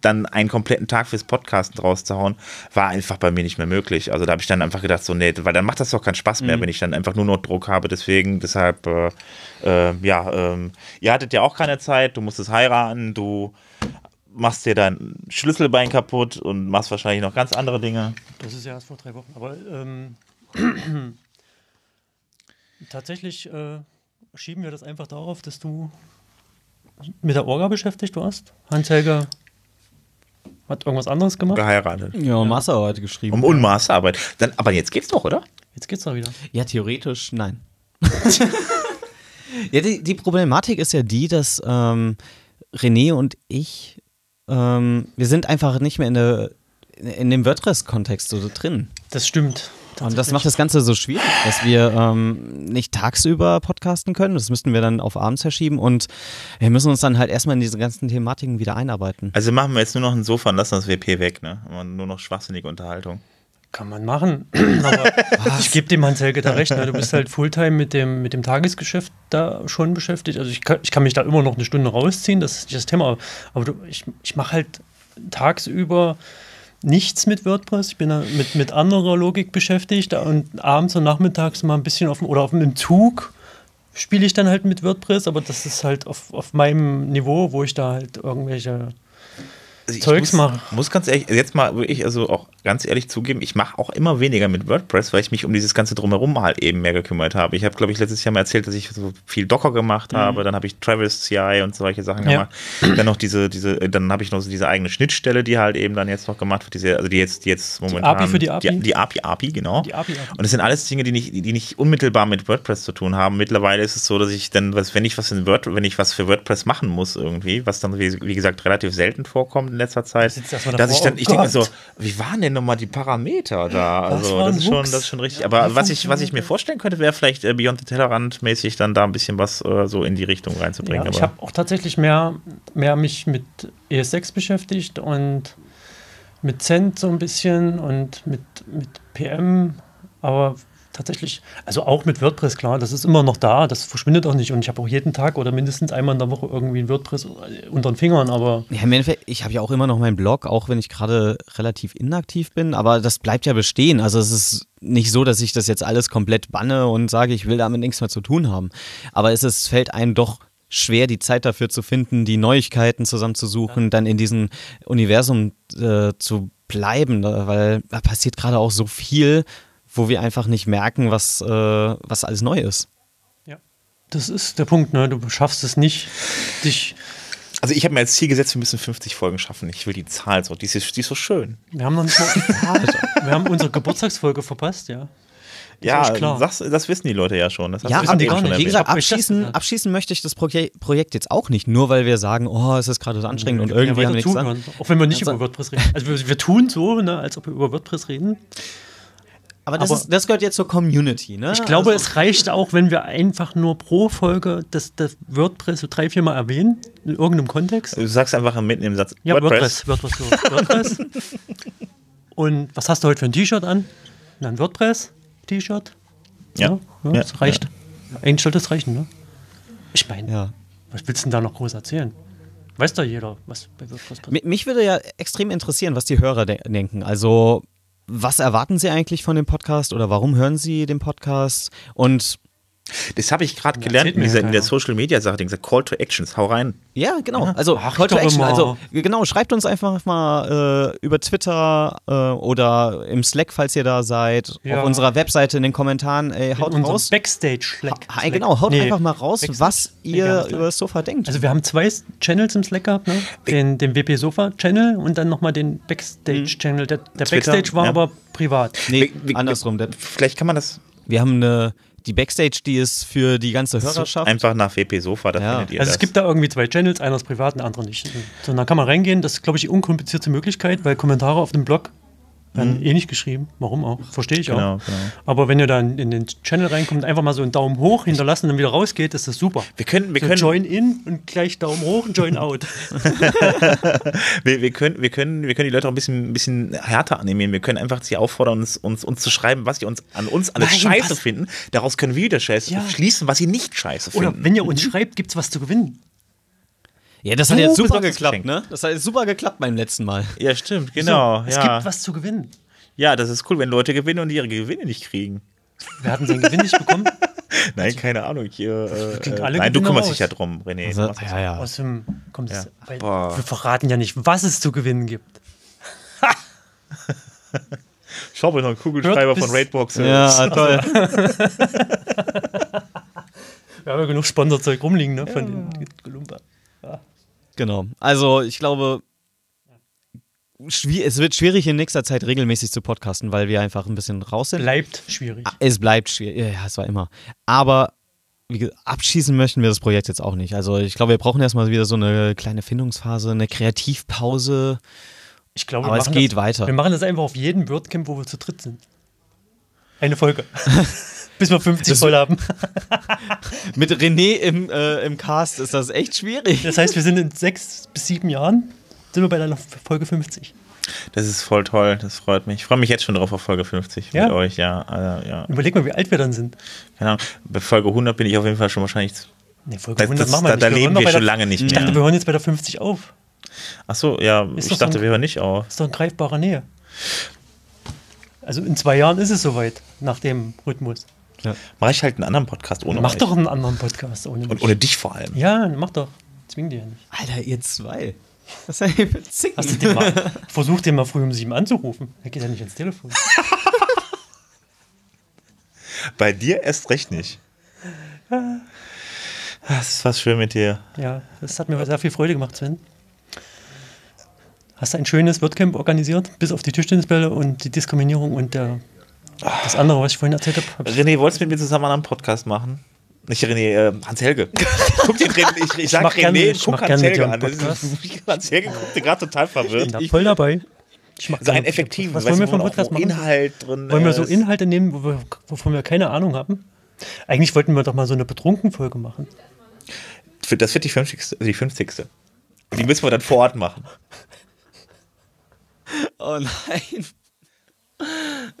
[SPEAKER 1] dann einen kompletten Tag fürs Podcasten draus zu hauen, war einfach bei mir nicht mehr möglich. Also da habe ich dann einfach gedacht, so, nee, weil dann macht das doch keinen Spaß mehr, wenn ich dann einfach nur noch Druck habe. Deswegen, deshalb, äh, äh, ja, ähm, ihr hattet ja auch keine Zeit, du musstest heiraten, du machst dir dein Schlüsselbein kaputt und machst wahrscheinlich noch ganz andere Dinge.
[SPEAKER 3] Das ist ja erst vor drei Wochen. Aber ähm, tatsächlich äh, schieben wir das einfach darauf, dass du mit der Orga beschäftigt warst. Hans-Helga hat irgendwas anderes gemacht.
[SPEAKER 1] Geheiratet.
[SPEAKER 2] Ja, und Masterarbeit geschrieben.
[SPEAKER 1] Um Unmaßarbeit. Dann, aber jetzt geht's doch, oder?
[SPEAKER 3] Jetzt geht's doch wieder.
[SPEAKER 2] Ja, theoretisch nein. ja, die, die Problematik ist ja die, dass ähm, René und ich, ähm, wir sind einfach nicht mehr in, der, in dem WordPress-Kontext so drin.
[SPEAKER 3] Das stimmt.
[SPEAKER 2] Und das macht das Ganze so schwierig, dass wir ähm, nicht tagsüber podcasten können. Das müssten wir dann auf abends verschieben und wir müssen uns dann halt erstmal in diese ganzen Thematiken wieder einarbeiten.
[SPEAKER 1] Also machen wir jetzt nur noch ein Sofa und lassen das WP weg, ne? Aber Nur noch schwachsinnige Unterhaltung.
[SPEAKER 3] Kann man machen. Aber ich gebe dem Hans-Helge da recht. Ne? Du bist halt Fulltime mit dem, mit dem Tagesgeschäft da schon beschäftigt. Also ich kann, ich kann mich da immer noch eine Stunde rausziehen, das ist nicht das Thema. Aber du, ich, ich mache halt tagsüber nichts mit WordPress. Ich bin da mit, mit anderer Logik beschäftigt und abends und nachmittags mal ein bisschen auf dem oder auf dem Zug spiele ich dann halt mit WordPress, aber das ist halt auf, auf meinem Niveau, wo ich da halt irgendwelche
[SPEAKER 1] Also ich
[SPEAKER 3] Zeugs
[SPEAKER 1] muss,
[SPEAKER 3] machen.
[SPEAKER 1] Muss ganz ehrlich, jetzt mal wirklich, also auch ganz ehrlich zugeben, ich mache auch immer weniger mit WordPress, weil ich mich um dieses ganze Drumherum halt eben mehr gekümmert habe. Ich habe, glaube ich, letztes Jahr mal erzählt, dass ich so viel Docker gemacht habe, dann habe ich Travis CI und solche Sachen
[SPEAKER 3] Mhm. Ja.
[SPEAKER 1] gemacht. Dann noch diese, diese, dann habe ich noch so diese eigene Schnittstelle, die halt eben dann jetzt noch gemacht wird, diese, also die jetzt, die jetzt momentan.
[SPEAKER 3] API für die API?
[SPEAKER 1] Die, die API, API, genau.
[SPEAKER 3] Die API, API.
[SPEAKER 1] Und das sind alles Dinge, die nicht, die nicht unmittelbar mit WordPress zu tun haben. Mittlerweile ist es so, dass ich dann, was, wenn ich was in Word, wenn ich was für WordPress machen muss irgendwie, was dann wie, wie gesagt relativ selten vorkommt in letzter Zeit,
[SPEAKER 3] sitzt erstmal
[SPEAKER 1] dass ich
[SPEAKER 3] davor,
[SPEAKER 1] dann,
[SPEAKER 3] oh
[SPEAKER 1] ich denke mir so,
[SPEAKER 3] Gott.
[SPEAKER 1] wie waren denn nochmal die Parameter da?
[SPEAKER 3] Was
[SPEAKER 1] Also
[SPEAKER 3] war
[SPEAKER 1] das
[SPEAKER 3] ein
[SPEAKER 1] ist schon,
[SPEAKER 3] Wuchs?
[SPEAKER 1] das ist schon richtig. Aber was ich, was ich mir vorstellen könnte, wäre vielleicht äh, Beyond the Tellerrand mäßig dann da ein bisschen was äh, so in die Richtung reinzubringen.
[SPEAKER 3] Ja, ich
[SPEAKER 1] aber
[SPEAKER 3] habe auch tatsächlich mehr, mehr mich mit ES6 beschäftigt und mit Cent so ein bisschen und mit, mit PM, aber tatsächlich, also auch mit WordPress, klar, das ist immer noch da, das verschwindet auch nicht und ich habe auch jeden Tag oder mindestens einmal in der Woche irgendwie ein WordPress unter den Fingern, aber
[SPEAKER 2] Ja, im Endeffekt, ich habe ja auch immer noch meinen Blog, auch wenn ich gerade relativ inaktiv bin, aber das bleibt ja bestehen. Also es ist nicht so, dass ich das jetzt alles komplett banne und sage, ich will damit nichts mehr zu tun haben. Aber es ist, fällt einem doch schwer, die Zeit dafür zu finden, die Neuigkeiten zusammenzusuchen, dann in diesem Universum äh, zu bleiben, da- weil da passiert gerade auch so viel, wo wir einfach nicht merken, was, äh, was alles neu ist.
[SPEAKER 3] das ist der Punkt, ne? du schaffst es nicht, dich,
[SPEAKER 1] also ich habe mir als Ziel gesetzt, wir müssen 50 Folgen schaffen. Ich will die Zahl so, die ist, die ist so schön.
[SPEAKER 3] wir haben noch nicht mal, wir haben unsere Geburtstagsfolge verpasst, ja.
[SPEAKER 1] Ja,
[SPEAKER 3] ist klar.
[SPEAKER 1] das, das wissen die Leute ja schon. Das hast
[SPEAKER 2] Ja,
[SPEAKER 1] du
[SPEAKER 3] wissen
[SPEAKER 1] eben
[SPEAKER 2] aber
[SPEAKER 3] die gar
[SPEAKER 1] schon
[SPEAKER 3] nicht.
[SPEAKER 1] erwähnt.
[SPEAKER 2] wie gesagt,
[SPEAKER 3] Ob ich das
[SPEAKER 2] abschließen,
[SPEAKER 3] gesagt?
[SPEAKER 2] abschließen möchte ich das Proje- Projekt jetzt auch nicht, nur weil wir sagen, oh, es ist gerade so anstrengend und
[SPEAKER 3] Wir können
[SPEAKER 2] irgendwie haben wir nichts
[SPEAKER 3] weiter
[SPEAKER 2] an.
[SPEAKER 3] zuhören, Auch wenn wir nicht
[SPEAKER 2] Also-
[SPEAKER 3] über WordPress reden. Also wir, wir tun so, ne, als ob wir über WordPress reden.
[SPEAKER 2] Aber das,
[SPEAKER 3] Aber-
[SPEAKER 2] ist, das gehört jetzt zur Community, ne?
[SPEAKER 3] Ich glaube,
[SPEAKER 2] also,
[SPEAKER 3] es reicht auch, wenn wir einfach nur pro Folge das, das WordPress so drei, vier Mal erwähnen, in irgendeinem Kontext.
[SPEAKER 1] Du sagst einfach mitten im Satz
[SPEAKER 3] Ja, WordPress. WordPress. WordPress. WordPress. Und was hast du heute für ein T-Shirt an? Na, ein WordPress-T-Shirt.
[SPEAKER 1] Ja.
[SPEAKER 3] ja,
[SPEAKER 1] Ja,
[SPEAKER 3] Das reicht. Eigentlich sollte es reichen, ne? Ich meine,
[SPEAKER 2] Also, ja.
[SPEAKER 3] was willst du denn da noch groß erzählen? Weiß doch jeder, was bei WordPress passiert.
[SPEAKER 2] Mi- Mich würde ja extrem interessieren, was die Hörer de denken. Also, was erwarten sie eigentlich von dem Podcast oder warum hören sie den Podcast? Und
[SPEAKER 1] Das habe ich gerade
[SPEAKER 3] erzählt
[SPEAKER 1] gelernt in
[SPEAKER 3] mir
[SPEAKER 1] dieser,
[SPEAKER 3] keiner.
[SPEAKER 1] in der Social Media Sache, dieser Call to Actions, hau rein.
[SPEAKER 2] Ja, genau. Also
[SPEAKER 3] Ach,
[SPEAKER 2] Call to
[SPEAKER 3] doch
[SPEAKER 2] Action.
[SPEAKER 3] immer.
[SPEAKER 2] Also genau, schreibt uns einfach mal äh, über Twitter äh, oder im Slack, falls ihr da seid,
[SPEAKER 3] Ja.
[SPEAKER 2] auf unserer Webseite in den Kommentaren. Ey, haut
[SPEAKER 3] unserem
[SPEAKER 2] raus.
[SPEAKER 3] Backstage-Slack.
[SPEAKER 2] Ha, ey, genau, haut
[SPEAKER 3] Nee,
[SPEAKER 2] einfach mal raus,
[SPEAKER 3] Backstage-
[SPEAKER 2] was
[SPEAKER 3] Nee,
[SPEAKER 2] ihr
[SPEAKER 3] gar nicht.
[SPEAKER 2] über das Sofa denkt.
[SPEAKER 3] Also wir haben zwei Channels im Slack gehabt, ne? Den, den WP Sofa Channel und dann nochmal den Backstage Channel. Der, der
[SPEAKER 1] Twitter,
[SPEAKER 3] Backstage war
[SPEAKER 1] ja.
[SPEAKER 3] aber privat.
[SPEAKER 2] nee,
[SPEAKER 1] Wie- wie-
[SPEAKER 2] andersrum. Der,
[SPEAKER 1] Vielleicht kann man das
[SPEAKER 2] wir haben eine, die Backstage, die ist für die ganze Hörerschaft.
[SPEAKER 1] einfach nach WP Sofa, da
[SPEAKER 2] Ja.
[SPEAKER 1] findet ihr
[SPEAKER 3] Also
[SPEAKER 1] das.
[SPEAKER 3] es gibt da irgendwie zwei Channels, einer ist privat und der andere nicht. So, da kann man reingehen, das ist, glaube ich, die unkomplizierte Möglichkeit, weil Kommentare auf dem Blog werden eh nicht geschrieben. Warum auch? Verstehe ich
[SPEAKER 1] Genau,
[SPEAKER 3] auch.
[SPEAKER 1] genau.
[SPEAKER 3] Aber wenn ihr da in, in den Channel reinkommt, einfach mal so einen Daumen hoch hinterlassen und dann wieder rausgeht, ist das super.
[SPEAKER 1] wir können, wir
[SPEAKER 3] so
[SPEAKER 1] können,
[SPEAKER 3] Join in und gleich Daumen hoch und Join out.
[SPEAKER 1] wir, wir können, wir können, wir können die Leute auch ein bisschen, ein bisschen härter animieren. Wir können einfach sie auffordern, uns, uns, uns zu schreiben, was sie uns an uns alles
[SPEAKER 3] Nein,
[SPEAKER 1] Scheiße
[SPEAKER 3] passt.
[SPEAKER 1] finden. Daraus können wir wieder Scheiße
[SPEAKER 3] Ja.
[SPEAKER 1] schließen, was sie nicht Scheiße finden.
[SPEAKER 3] Oder wenn ihr uns schreibt, gibt's was zu gewinnen.
[SPEAKER 2] Ja, das hat jetzt super
[SPEAKER 1] besonderes
[SPEAKER 2] geklappt,
[SPEAKER 1] Geschenk.
[SPEAKER 2] ne? Das hat jetzt super geklappt beim letzten Mal.
[SPEAKER 1] ja, stimmt, genau.
[SPEAKER 3] So, es
[SPEAKER 1] ja.
[SPEAKER 3] gibt was zu gewinnen.
[SPEAKER 1] ja, das ist cool, wenn Leute gewinnen und ihre Gewinne nicht kriegen.
[SPEAKER 3] Wir hatten den Gewinn nicht bekommen.
[SPEAKER 1] Nein, keine Ahnung. Hier, äh,
[SPEAKER 3] kriegen
[SPEAKER 1] äh,
[SPEAKER 3] Also alle
[SPEAKER 1] nein, du
[SPEAKER 3] Gewinne
[SPEAKER 1] kümmerst
[SPEAKER 3] raus. Also,
[SPEAKER 1] dich ja drum, René. Du machst das.
[SPEAKER 2] Also, ja, ja.
[SPEAKER 3] Aus dem, kommt es, weil
[SPEAKER 1] Boah.
[SPEAKER 3] wir verraten ja nicht, was es zu gewinnen gibt.
[SPEAKER 1] Ich habe noch einen Kugelschreiber
[SPEAKER 3] Hört bis-
[SPEAKER 1] von Raidbox.
[SPEAKER 2] Ja, toll.
[SPEAKER 3] Wir haben ja genug Sponsorzeug rumliegen, ne? Von den Gelumper.
[SPEAKER 2] Genau. Also ich glaube, schwi- es wird schwierig in nächster Zeit regelmäßig zu podcasten, weil wir einfach ein bisschen raus sind.
[SPEAKER 3] Bleibt schwierig.
[SPEAKER 1] Ah,
[SPEAKER 2] Es bleibt schwierig. Ja, Ja, es war immer. Aber wie ge- abschießen möchten wir das Projekt jetzt auch nicht. Also ich glaube, wir brauchen erstmal wieder so eine kleine Findungsphase, eine Kreativpause.
[SPEAKER 3] Ich glaube,
[SPEAKER 2] Aber
[SPEAKER 3] wir
[SPEAKER 2] es
[SPEAKER 3] machen
[SPEAKER 2] geht
[SPEAKER 3] das,
[SPEAKER 2] weiter.
[SPEAKER 3] Wir machen das einfach auf jedem WordCamp, wo wir zu dritt sind. Eine Folge. Bis wir 50 voll haben.
[SPEAKER 2] Mit René im, äh, im Cast ist das echt schwierig.
[SPEAKER 3] Das heißt, wir sind in sechs bis sieben Jahren sind wir bei der Folge 50.
[SPEAKER 1] Das ist voll toll, das freut mich. Ich freue mich jetzt schon drauf auf Folge 50
[SPEAKER 3] Ja.
[SPEAKER 1] mit euch, ja. Also, ja.
[SPEAKER 3] Überleg mal, wie alt wir dann sind.
[SPEAKER 1] Keine Ahnung. Bei Folge 100 bin ich auf jeden Fall schon wahrscheinlich.
[SPEAKER 3] Nee, Folge
[SPEAKER 1] Das-
[SPEAKER 3] 100
[SPEAKER 1] das-
[SPEAKER 3] machen wir
[SPEAKER 1] da-
[SPEAKER 3] nicht.
[SPEAKER 1] da
[SPEAKER 3] hören
[SPEAKER 1] leben
[SPEAKER 3] noch
[SPEAKER 1] wir
[SPEAKER 3] bei der-
[SPEAKER 1] schon lange nicht
[SPEAKER 3] Ich
[SPEAKER 1] mehr.
[SPEAKER 3] dachte, wir hören jetzt bei der 50 auf.
[SPEAKER 1] Ach so, ja,
[SPEAKER 3] Ist
[SPEAKER 1] ich
[SPEAKER 3] das so
[SPEAKER 1] dachte,
[SPEAKER 3] ein-
[SPEAKER 1] wir hören nicht auf.
[SPEAKER 3] ist doch in greifbarer Nähe. Also in zwei Jahren ist es soweit, nach dem Rhythmus.
[SPEAKER 1] Mache ich halt einen anderen Podcast ohne
[SPEAKER 3] mach
[SPEAKER 1] euch.
[SPEAKER 3] doch einen anderen Podcast ohne mich.
[SPEAKER 1] Und ohne dich vor allem.
[SPEAKER 3] ja, mach doch. Zwing dir ja nicht.
[SPEAKER 2] Alter, ihr zwei. Was seid ihr für Zicken?
[SPEAKER 3] Hast du den mal, versuch den mal früh um sieben anzurufen. Er geht ja nicht ans Telefon.
[SPEAKER 1] Bei dir erst recht nicht. Das ist was schön mit dir.
[SPEAKER 3] Ja, das hat mir sehr viel Freude gemacht, Sven. Hast ein schönes WordCamp organisiert, bis auf die Tischtennisbälle und die Diskriminierung und der, das andere, was ich vorhin erzählt habe. hab ich-
[SPEAKER 1] René, wolltest du mit mir zusammen einen anderen Podcast machen? Nicht René, äh, Hans Helge. Guck dir René, ich, ich, sag
[SPEAKER 3] mach
[SPEAKER 1] René,
[SPEAKER 3] gerne- ich
[SPEAKER 1] guck
[SPEAKER 3] mach
[SPEAKER 1] Hans
[SPEAKER 3] gerne mit
[SPEAKER 1] Helge
[SPEAKER 3] dir
[SPEAKER 1] an.
[SPEAKER 3] einen
[SPEAKER 1] Das ist, Hans Helge guckt dir gerade total verwirrt.
[SPEAKER 3] bin da voll dabei. Ich mach
[SPEAKER 1] So einen
[SPEAKER 3] gerne-
[SPEAKER 1] effektiven,
[SPEAKER 3] Was
[SPEAKER 1] weißt
[SPEAKER 3] wollen
[SPEAKER 1] du,
[SPEAKER 3] wir
[SPEAKER 1] wo
[SPEAKER 3] vom
[SPEAKER 1] man auch
[SPEAKER 3] Podcast
[SPEAKER 1] wo
[SPEAKER 3] machen?
[SPEAKER 1] Inhalt drin.
[SPEAKER 3] Wollen wir so
[SPEAKER 1] ist.
[SPEAKER 3] Inhalte nehmen, wo wir, wovon wir keine Ahnung haben? Eigentlich wollten wir doch mal so eine Betrunken-Folge machen.
[SPEAKER 1] Für- Das wird die 50. Die, 50. die müssen wir dann vor Ort machen.
[SPEAKER 2] Oh nein.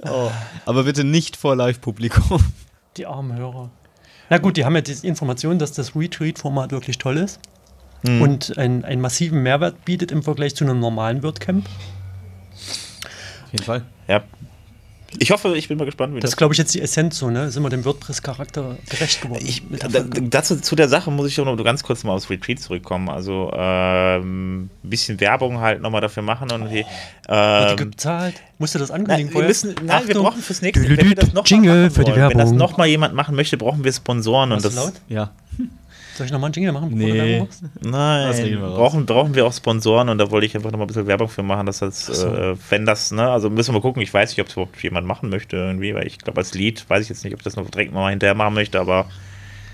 [SPEAKER 2] Oh. Aber bitte nicht vor Live-Publikum.
[SPEAKER 3] Die armen Hörer. Na gut, die haben ja die Information, dass das Retreat-Format wirklich toll ist
[SPEAKER 1] Mhm.
[SPEAKER 3] und einen, einen massiven Mehrwert bietet im Vergleich zu einem normalen WordCamp.
[SPEAKER 2] Auf jeden Fall.
[SPEAKER 1] Ja. Ich hoffe, ich bin mal gespannt, wie
[SPEAKER 3] Das ist, glaube ich, jetzt die Essenz so, ne? Sind wir dem WordPress-Charakter gerecht geworden?
[SPEAKER 1] Ich,
[SPEAKER 3] mit der
[SPEAKER 1] da,
[SPEAKER 3] Folge.
[SPEAKER 1] dazu zu der Sache muss ich noch ganz kurz mal aufs Retreat zurückkommen. Also ähm, ein bisschen Werbung halt nochmal dafür machen und die,
[SPEAKER 3] Hat die
[SPEAKER 1] ähm,
[SPEAKER 3] gezahlt? Musst du das
[SPEAKER 1] Nein,
[SPEAKER 3] ankündigen
[SPEAKER 1] wir,
[SPEAKER 3] vorher?
[SPEAKER 1] müssen, nein wir
[SPEAKER 3] Achtung.
[SPEAKER 1] brauchen fürs nächste
[SPEAKER 3] Dü- dü-
[SPEAKER 1] wenn wir das noch mal
[SPEAKER 3] Jingle
[SPEAKER 1] machen
[SPEAKER 3] für die
[SPEAKER 1] wollen, Wenn das
[SPEAKER 3] Werbung.
[SPEAKER 1] nochmal jemand machen möchte, brauchen wir Sponsoren. Und
[SPEAKER 3] Warst du
[SPEAKER 1] das,
[SPEAKER 3] laut?
[SPEAKER 2] Ja.
[SPEAKER 3] Soll ich nochmal einen Jingle machen? bevor du
[SPEAKER 2] Nee.
[SPEAKER 3] Werbung machst?
[SPEAKER 2] Das regeln
[SPEAKER 1] Nein,
[SPEAKER 2] wir raus.
[SPEAKER 1] brauchen, brauchen wir auch Sponsoren und da wollte ich einfach nochmal ein bisschen Werbung für machen, dass das, äh, wenn das, ne, also müssen wir mal gucken, ich weiß nicht, ob es überhaupt jemand machen möchte irgendwie, weil ich glaube, als Lied weiß ich jetzt nicht, ob ich das noch direkt mal hinterher machen möchte, aber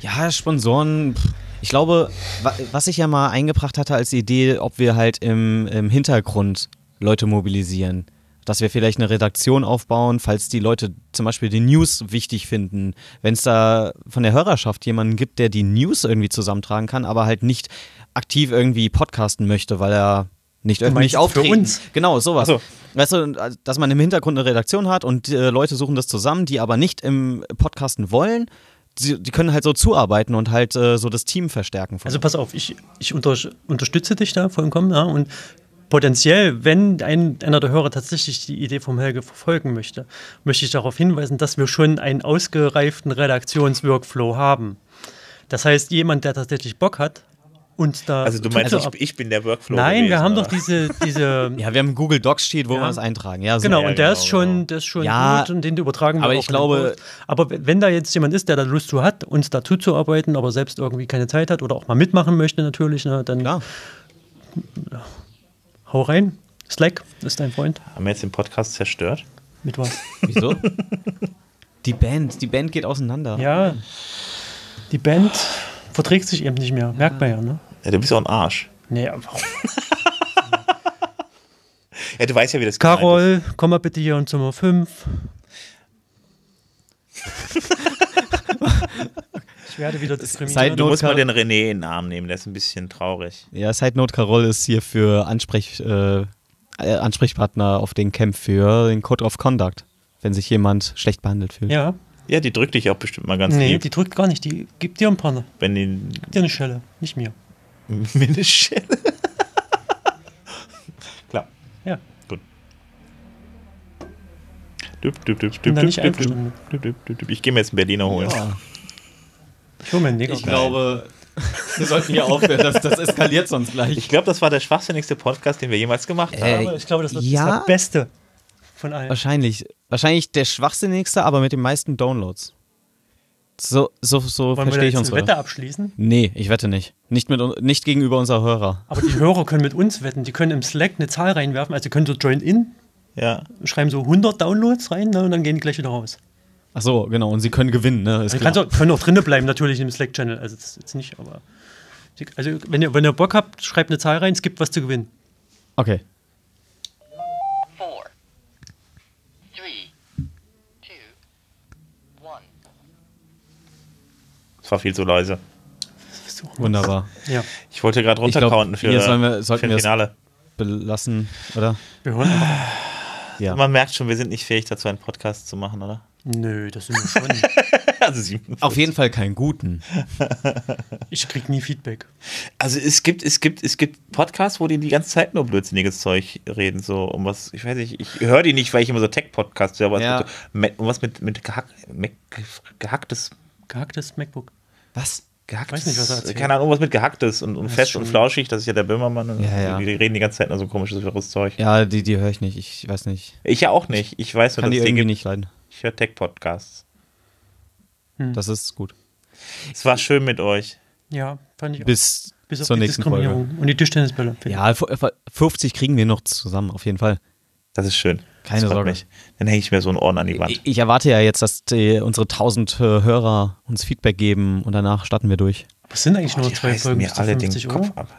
[SPEAKER 2] Ja, Sponsoren. pff, Ich glaube, wa- was ich ja mal eingebracht hatte als Idee, ob wir halt im, im Hintergrund Leute mobilisieren. Dass wir vielleicht eine Redaktion aufbauen, falls die Leute zum Beispiel die News wichtig finden. Wenn es da von der Hörerschaft jemanden gibt, der die News irgendwie zusammentragen kann, aber halt nicht aktiv irgendwie podcasten möchte, weil er nicht öffentlich
[SPEAKER 3] meinst
[SPEAKER 2] auftreten.
[SPEAKER 3] für uns?
[SPEAKER 2] Genau, sowas.
[SPEAKER 1] Ach
[SPEAKER 2] Weißt du, und, also, dass man im Hintergrund eine Redaktion hat und äh, Leute suchen das zusammen, die aber nicht im Podcasten wollen. Sie, die können halt so zuarbeiten und halt äh, so das Team verstärken. von-
[SPEAKER 3] Also pass auf, ich, ich unter, unterstütze dich da vollkommen ja, und Potenziell, wenn ein, einer der Hörer tatsächlich die Idee vom Helge verfolgen möchte, möchte ich darauf hinweisen, dass wir schon einen ausgereiften Redaktionsworkflow haben. Das heißt, jemand, der tatsächlich Bock hat und da.
[SPEAKER 1] Also du meinst,
[SPEAKER 3] Tüte
[SPEAKER 1] ich,
[SPEAKER 3] ab-
[SPEAKER 1] ich bin der Workflow.
[SPEAKER 3] Nein, wir
[SPEAKER 1] gewesen,
[SPEAKER 3] haben doch
[SPEAKER 1] oder?
[SPEAKER 3] diese. diese
[SPEAKER 2] Ja, wir haben einen Google Docs steht, wo
[SPEAKER 3] Ja.
[SPEAKER 2] wir das eintragen. Ja, so.
[SPEAKER 3] Genau,
[SPEAKER 1] Ja,
[SPEAKER 2] Ja.
[SPEAKER 3] und der
[SPEAKER 1] genau,
[SPEAKER 3] ist schon, der ist schon
[SPEAKER 2] Ja,
[SPEAKER 3] gut und den übertragen wir
[SPEAKER 2] aber
[SPEAKER 3] auch
[SPEAKER 2] ich
[SPEAKER 3] in den
[SPEAKER 2] glaube-
[SPEAKER 3] Post. Aber w- wenn da jetzt jemand ist, der da Lust zu hat, uns dazu zu arbeiten, aber selbst irgendwie keine Zeit hat oder auch mal mitmachen möchte natürlich, ne, dann
[SPEAKER 2] Klar.
[SPEAKER 3] hau rein. Slack ist dein Freund.
[SPEAKER 1] Haben wir jetzt den Podcast zerstört?
[SPEAKER 3] Mit was?
[SPEAKER 2] Wieso? die Band, die Band geht auseinander.
[SPEAKER 3] ja, die Band verträgt sich eben nicht mehr, merkt man ja, ne?
[SPEAKER 1] Ja, du bist auch ein Arsch.
[SPEAKER 3] Nee, einfach.
[SPEAKER 1] Ja, du weißt ja, wie das gemeint ist.
[SPEAKER 3] Carol, komm mal bitte hier in Zimmer 5. ich werde wieder diskriminiert.
[SPEAKER 2] Seit-
[SPEAKER 1] Du musst mal
[SPEAKER 2] Notcar-
[SPEAKER 1] den René in den Arm nehmen, der ist ein bisschen traurig.
[SPEAKER 2] Ja, Side Note Carol ist hier für Ansprech, äh, äh, Ansprechpartner auf den Camp für den Code of Conduct, wenn sich jemand schlecht behandelt fühlt.
[SPEAKER 3] Ja,
[SPEAKER 1] Ja, die drückt dich auch bestimmt mal ganz
[SPEAKER 3] nee,
[SPEAKER 1] lieb,
[SPEAKER 3] die drückt gar nicht, die gibt dir ein paar. ne?
[SPEAKER 1] wenn die
[SPEAKER 3] Dir eine Schelle, nicht mir.
[SPEAKER 1] mir eine Schelle. Klar.
[SPEAKER 3] Ja.
[SPEAKER 1] Gut. Düb, düb, düb, ich
[SPEAKER 3] bin da nicht einverstanden
[SPEAKER 1] Ich gehe mir jetzt einen Berliner holen.
[SPEAKER 3] Ich hole mir einen Neger.
[SPEAKER 2] glaube, wir sollten hier aufhören, das, das eskaliert sonst
[SPEAKER 1] Ich
[SPEAKER 2] gleich.
[SPEAKER 1] glaube, das war der schwachsinnigste Podcast, den wir jemals gemacht haben.
[SPEAKER 2] Äh,
[SPEAKER 3] aber ich glaube, das wird
[SPEAKER 2] Ja?
[SPEAKER 3] das Beste von allen.
[SPEAKER 2] Wahrscheinlich, wahrscheinlich der schwachsinnigste, aber mit den meisten Downloads. So, so, so
[SPEAKER 3] Wollen wir da
[SPEAKER 2] verstehe ich
[SPEAKER 3] jetzt
[SPEAKER 2] uns.
[SPEAKER 3] eine
[SPEAKER 2] heute.
[SPEAKER 3] Wette abschließen?
[SPEAKER 2] Nee, ich wette nicht. Nicht, mit, un- nicht gegenüber unserer Hörer.
[SPEAKER 3] Aber die Hörer können mit uns wetten. Die können im Slack eine Zahl reinwerfen. Also die können so Join In,
[SPEAKER 1] Ja.
[SPEAKER 3] schreiben so 100 Downloads rein ne, und dann gehen die gleich wieder raus. Also
[SPEAKER 2] Ach so, genau. Und sie können gewinnen, ne? Ist
[SPEAKER 3] Die kannst
[SPEAKER 2] klar.
[SPEAKER 3] auch, können auch drinnen bleiben natürlich im Slack-Channel. Also das ist jetzt nicht, aber... die- Also wenn ihr, wenn ihr Bock habt, schreibt eine Zahl rein. Es gibt was zu gewinnen.
[SPEAKER 2] Okay.
[SPEAKER 4] four, three, two, one.
[SPEAKER 1] Das war viel zu leise.
[SPEAKER 2] Wunderbar.
[SPEAKER 3] Ja,
[SPEAKER 1] Ich wollte gerade
[SPEAKER 2] Ich glaub,
[SPEAKER 1] runtercounten für,
[SPEAKER 2] hier sollen wir- sollten
[SPEAKER 1] für
[SPEAKER 2] wir
[SPEAKER 1] das
[SPEAKER 2] es-
[SPEAKER 1] Finale.
[SPEAKER 2] Belassen, oder?
[SPEAKER 3] wir hören aber.
[SPEAKER 2] Ja.
[SPEAKER 1] Man merkt schon, wir sind nicht fähig dazu, einen Podcast zu machen, oder?
[SPEAKER 3] Nö, das sind wir schon.
[SPEAKER 1] Also, sie,
[SPEAKER 2] Auf jeden Fall keinen guten.
[SPEAKER 3] Ich krieg nie Feedback.
[SPEAKER 1] also es gibt, es gibt, es gibt Podcasts, wo die die ganze Zeit nur blödsinniges Zeug reden, so um was, ich weiß nicht, ich höre die nicht, weil ich immer so Tech-Podcasts höre, aber
[SPEAKER 2] Ja.
[SPEAKER 1] es gibt so, me- um was mit, mit, gehack, mit gehacktes,
[SPEAKER 3] Gehacktes MacBook.
[SPEAKER 2] Was?
[SPEAKER 1] gehacktes,
[SPEAKER 3] Weiß nicht, was er erzählt.
[SPEAKER 1] keine Ahnung, was mit gehacktes und, und fest und
[SPEAKER 3] schon-
[SPEAKER 1] flauschig, das ist ja der Böhmermann und
[SPEAKER 2] Ja, ja.
[SPEAKER 1] die reden die ganze Zeit nur so komisches, wirres Zeug.
[SPEAKER 2] Ja, die, die höre ich nicht. Ich weiß nicht.
[SPEAKER 1] Ich ja auch nicht, ich weiß nur,
[SPEAKER 3] Also
[SPEAKER 2] Kann
[SPEAKER 1] dass
[SPEAKER 2] die
[SPEAKER 1] es den
[SPEAKER 2] irgendwie
[SPEAKER 1] gibt,
[SPEAKER 2] nicht leiden.
[SPEAKER 1] ich höre Tech-Podcasts.
[SPEAKER 3] Hm.
[SPEAKER 2] Das ist gut.
[SPEAKER 1] Es war schön mit euch.
[SPEAKER 3] Ja, fand ich auch.
[SPEAKER 2] Bis,
[SPEAKER 3] Bis auf
[SPEAKER 2] zur
[SPEAKER 3] die
[SPEAKER 2] nächsten Folge.
[SPEAKER 3] Diskriminierung und die Tischtennisbälle.
[SPEAKER 2] Ja, fu- fu- 50 kriegen wir noch zusammen, auf jeden Fall.
[SPEAKER 1] Das ist schön.
[SPEAKER 2] Keine
[SPEAKER 1] das freut
[SPEAKER 2] Sorge.
[SPEAKER 1] Mich. Dann hänge ich mir so einen Orden an die Wand.
[SPEAKER 2] Ich, ich erwarte ja jetzt, dass die, unsere 1000 äh, Hörer uns Feedback geben und danach starten wir durch.
[SPEAKER 3] Was sind eigentlich nur
[SPEAKER 1] Oh, die
[SPEAKER 3] zwei
[SPEAKER 1] reißen
[SPEAKER 3] Folgen bis
[SPEAKER 1] mir
[SPEAKER 3] zu
[SPEAKER 1] alle den
[SPEAKER 3] 50
[SPEAKER 1] Kopf
[SPEAKER 3] Uhr?
[SPEAKER 1] ab.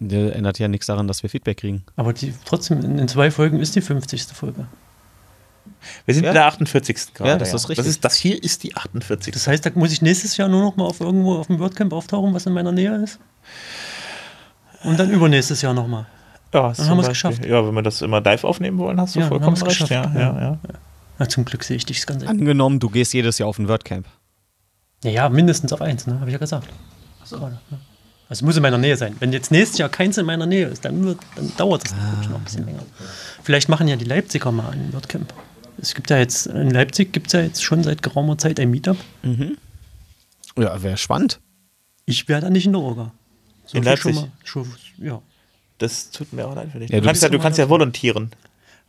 [SPEAKER 2] Der ändert ja nichts daran, dass wir Feedback kriegen.
[SPEAKER 3] Aber die, trotzdem, in, in zwei Folgen ist die 50. Folge.
[SPEAKER 1] Wir sind
[SPEAKER 2] Ja.
[SPEAKER 1] in der 48. gerade.
[SPEAKER 2] Ja, das ist richtig.
[SPEAKER 1] Das, ist, das hier ist die 48.
[SPEAKER 3] Das heißt, da muss ich nächstes Jahr nur noch mal auf irgendwo auf dem WordCamp auftauchen, was in meiner Nähe ist. Und dann übernächstes Jahr nochmal.
[SPEAKER 1] ja, dann
[SPEAKER 3] haben wir's geschafft.
[SPEAKER 1] Ja, wenn wir das immer live aufnehmen wollen, hast du
[SPEAKER 3] Ja, dann
[SPEAKER 1] vollkommen
[SPEAKER 3] haben wir's
[SPEAKER 1] recht. Ja,
[SPEAKER 3] geschafft,
[SPEAKER 1] ja, ja.
[SPEAKER 3] Na, zum Glück sehe ich dich das Ganze.
[SPEAKER 2] Angenommen, du gehst jedes Jahr auf ein WordCamp.
[SPEAKER 3] Naja, mindestens auf eins, ne? habe ich ja gesagt. Gerade, ne? Also es muss in meiner Nähe sein. Wenn jetzt nächstes Jahr keins in meiner Nähe ist, dann, wird, dann dauert
[SPEAKER 1] Ah,
[SPEAKER 3] das natürlich noch ein bisschen länger. Vielleicht machen ja die Leipziger mal ein WordCamp. Es gibt ja jetzt, in Leipzig gibt es ja jetzt schon seit geraumer Zeit ein Meetup.
[SPEAKER 2] Ja, wäre spannend.
[SPEAKER 3] Ich wäre da nicht in der Orga. So
[SPEAKER 1] In
[SPEAKER 3] viel schon
[SPEAKER 1] Leipzig?
[SPEAKER 3] mal- Schon, ja.
[SPEAKER 1] Das tut mir auch leid für dich.
[SPEAKER 2] Ja,
[SPEAKER 1] du,
[SPEAKER 2] du
[SPEAKER 1] kannst,
[SPEAKER 2] bist
[SPEAKER 1] ja, du
[SPEAKER 3] immer
[SPEAKER 1] kannst ja volontieren.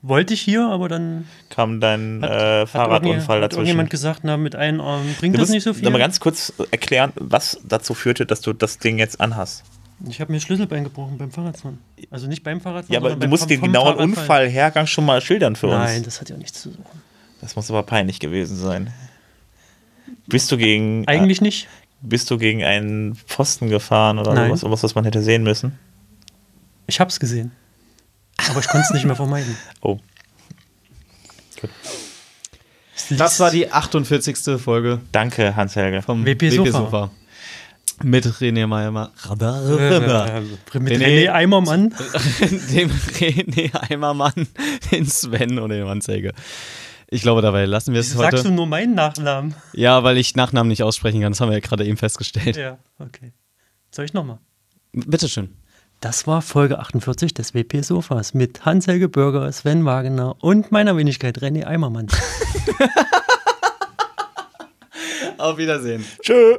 [SPEAKER 3] Wollte ich hier, aber dann
[SPEAKER 1] Kam dein
[SPEAKER 3] hat-
[SPEAKER 1] äh,
[SPEAKER 3] hat
[SPEAKER 1] Fahrradunfall
[SPEAKER 3] irgendjemand- hat
[SPEAKER 1] dazwischen.
[SPEAKER 3] irgendjemand gesagt, na, mit einem Arm bringt
[SPEAKER 1] Du
[SPEAKER 3] das
[SPEAKER 1] musst
[SPEAKER 3] nicht so viel.
[SPEAKER 1] noch mal ganz kurz erklären, was dazu führte, dass du das Ding jetzt anhast.
[SPEAKER 3] ich habe mir das Schlüsselbein gebrochen beim Fahrradfahren. Also nicht beim Fahrradfahren.
[SPEAKER 1] Ja, aber
[SPEAKER 3] sondern
[SPEAKER 1] du
[SPEAKER 3] beim-
[SPEAKER 1] musst
[SPEAKER 3] vom-
[SPEAKER 1] den
[SPEAKER 3] vom
[SPEAKER 1] genauen
[SPEAKER 3] Fahrradfahren.
[SPEAKER 1] Unfallhergang schon mal schildern für
[SPEAKER 3] Nein,
[SPEAKER 1] uns.
[SPEAKER 3] das hat ja nichts zu suchen.
[SPEAKER 1] Das muss aber peinlich gewesen sein. Bist du gegen äh,
[SPEAKER 3] Eigentlich nicht.
[SPEAKER 1] Bist du gegen einen Pfosten gefahren oder
[SPEAKER 3] Nein.
[SPEAKER 1] sowas, irgendwas, was man hätte sehen müssen?
[SPEAKER 3] Ich hab's gesehen. Aber ich konnte es nicht mehr vermeiden.
[SPEAKER 1] Oh.
[SPEAKER 2] Das war die 48. Folge
[SPEAKER 1] Danke, Hans-Helge.
[SPEAKER 2] vom
[SPEAKER 3] WP
[SPEAKER 2] WP
[SPEAKER 3] Sofa.
[SPEAKER 2] Sofa. Mit René Meyer.
[SPEAKER 3] Äh, Mit
[SPEAKER 2] Nee, nee.
[SPEAKER 3] René Eimermann.
[SPEAKER 2] dem René Eimermann, den Sven und den Wanzäge. Ich glaube, dabei lassen wir es
[SPEAKER 3] Sagst du
[SPEAKER 2] heute.
[SPEAKER 3] nur meinen Nachnamen?
[SPEAKER 2] Ja, weil ich Nachnamen nicht aussprechen kann, das haben wir ja gerade eben festgestellt.
[SPEAKER 3] Ja, okay. Soll ich nochmal?
[SPEAKER 2] Bitteschön.
[SPEAKER 3] Das war Folge 48 des WP Sofas mit Hans-Helge Bürger, Sven Wagner und meiner Wenigkeit René Eimermann.
[SPEAKER 2] Auf Wiedersehen.
[SPEAKER 1] Tschö.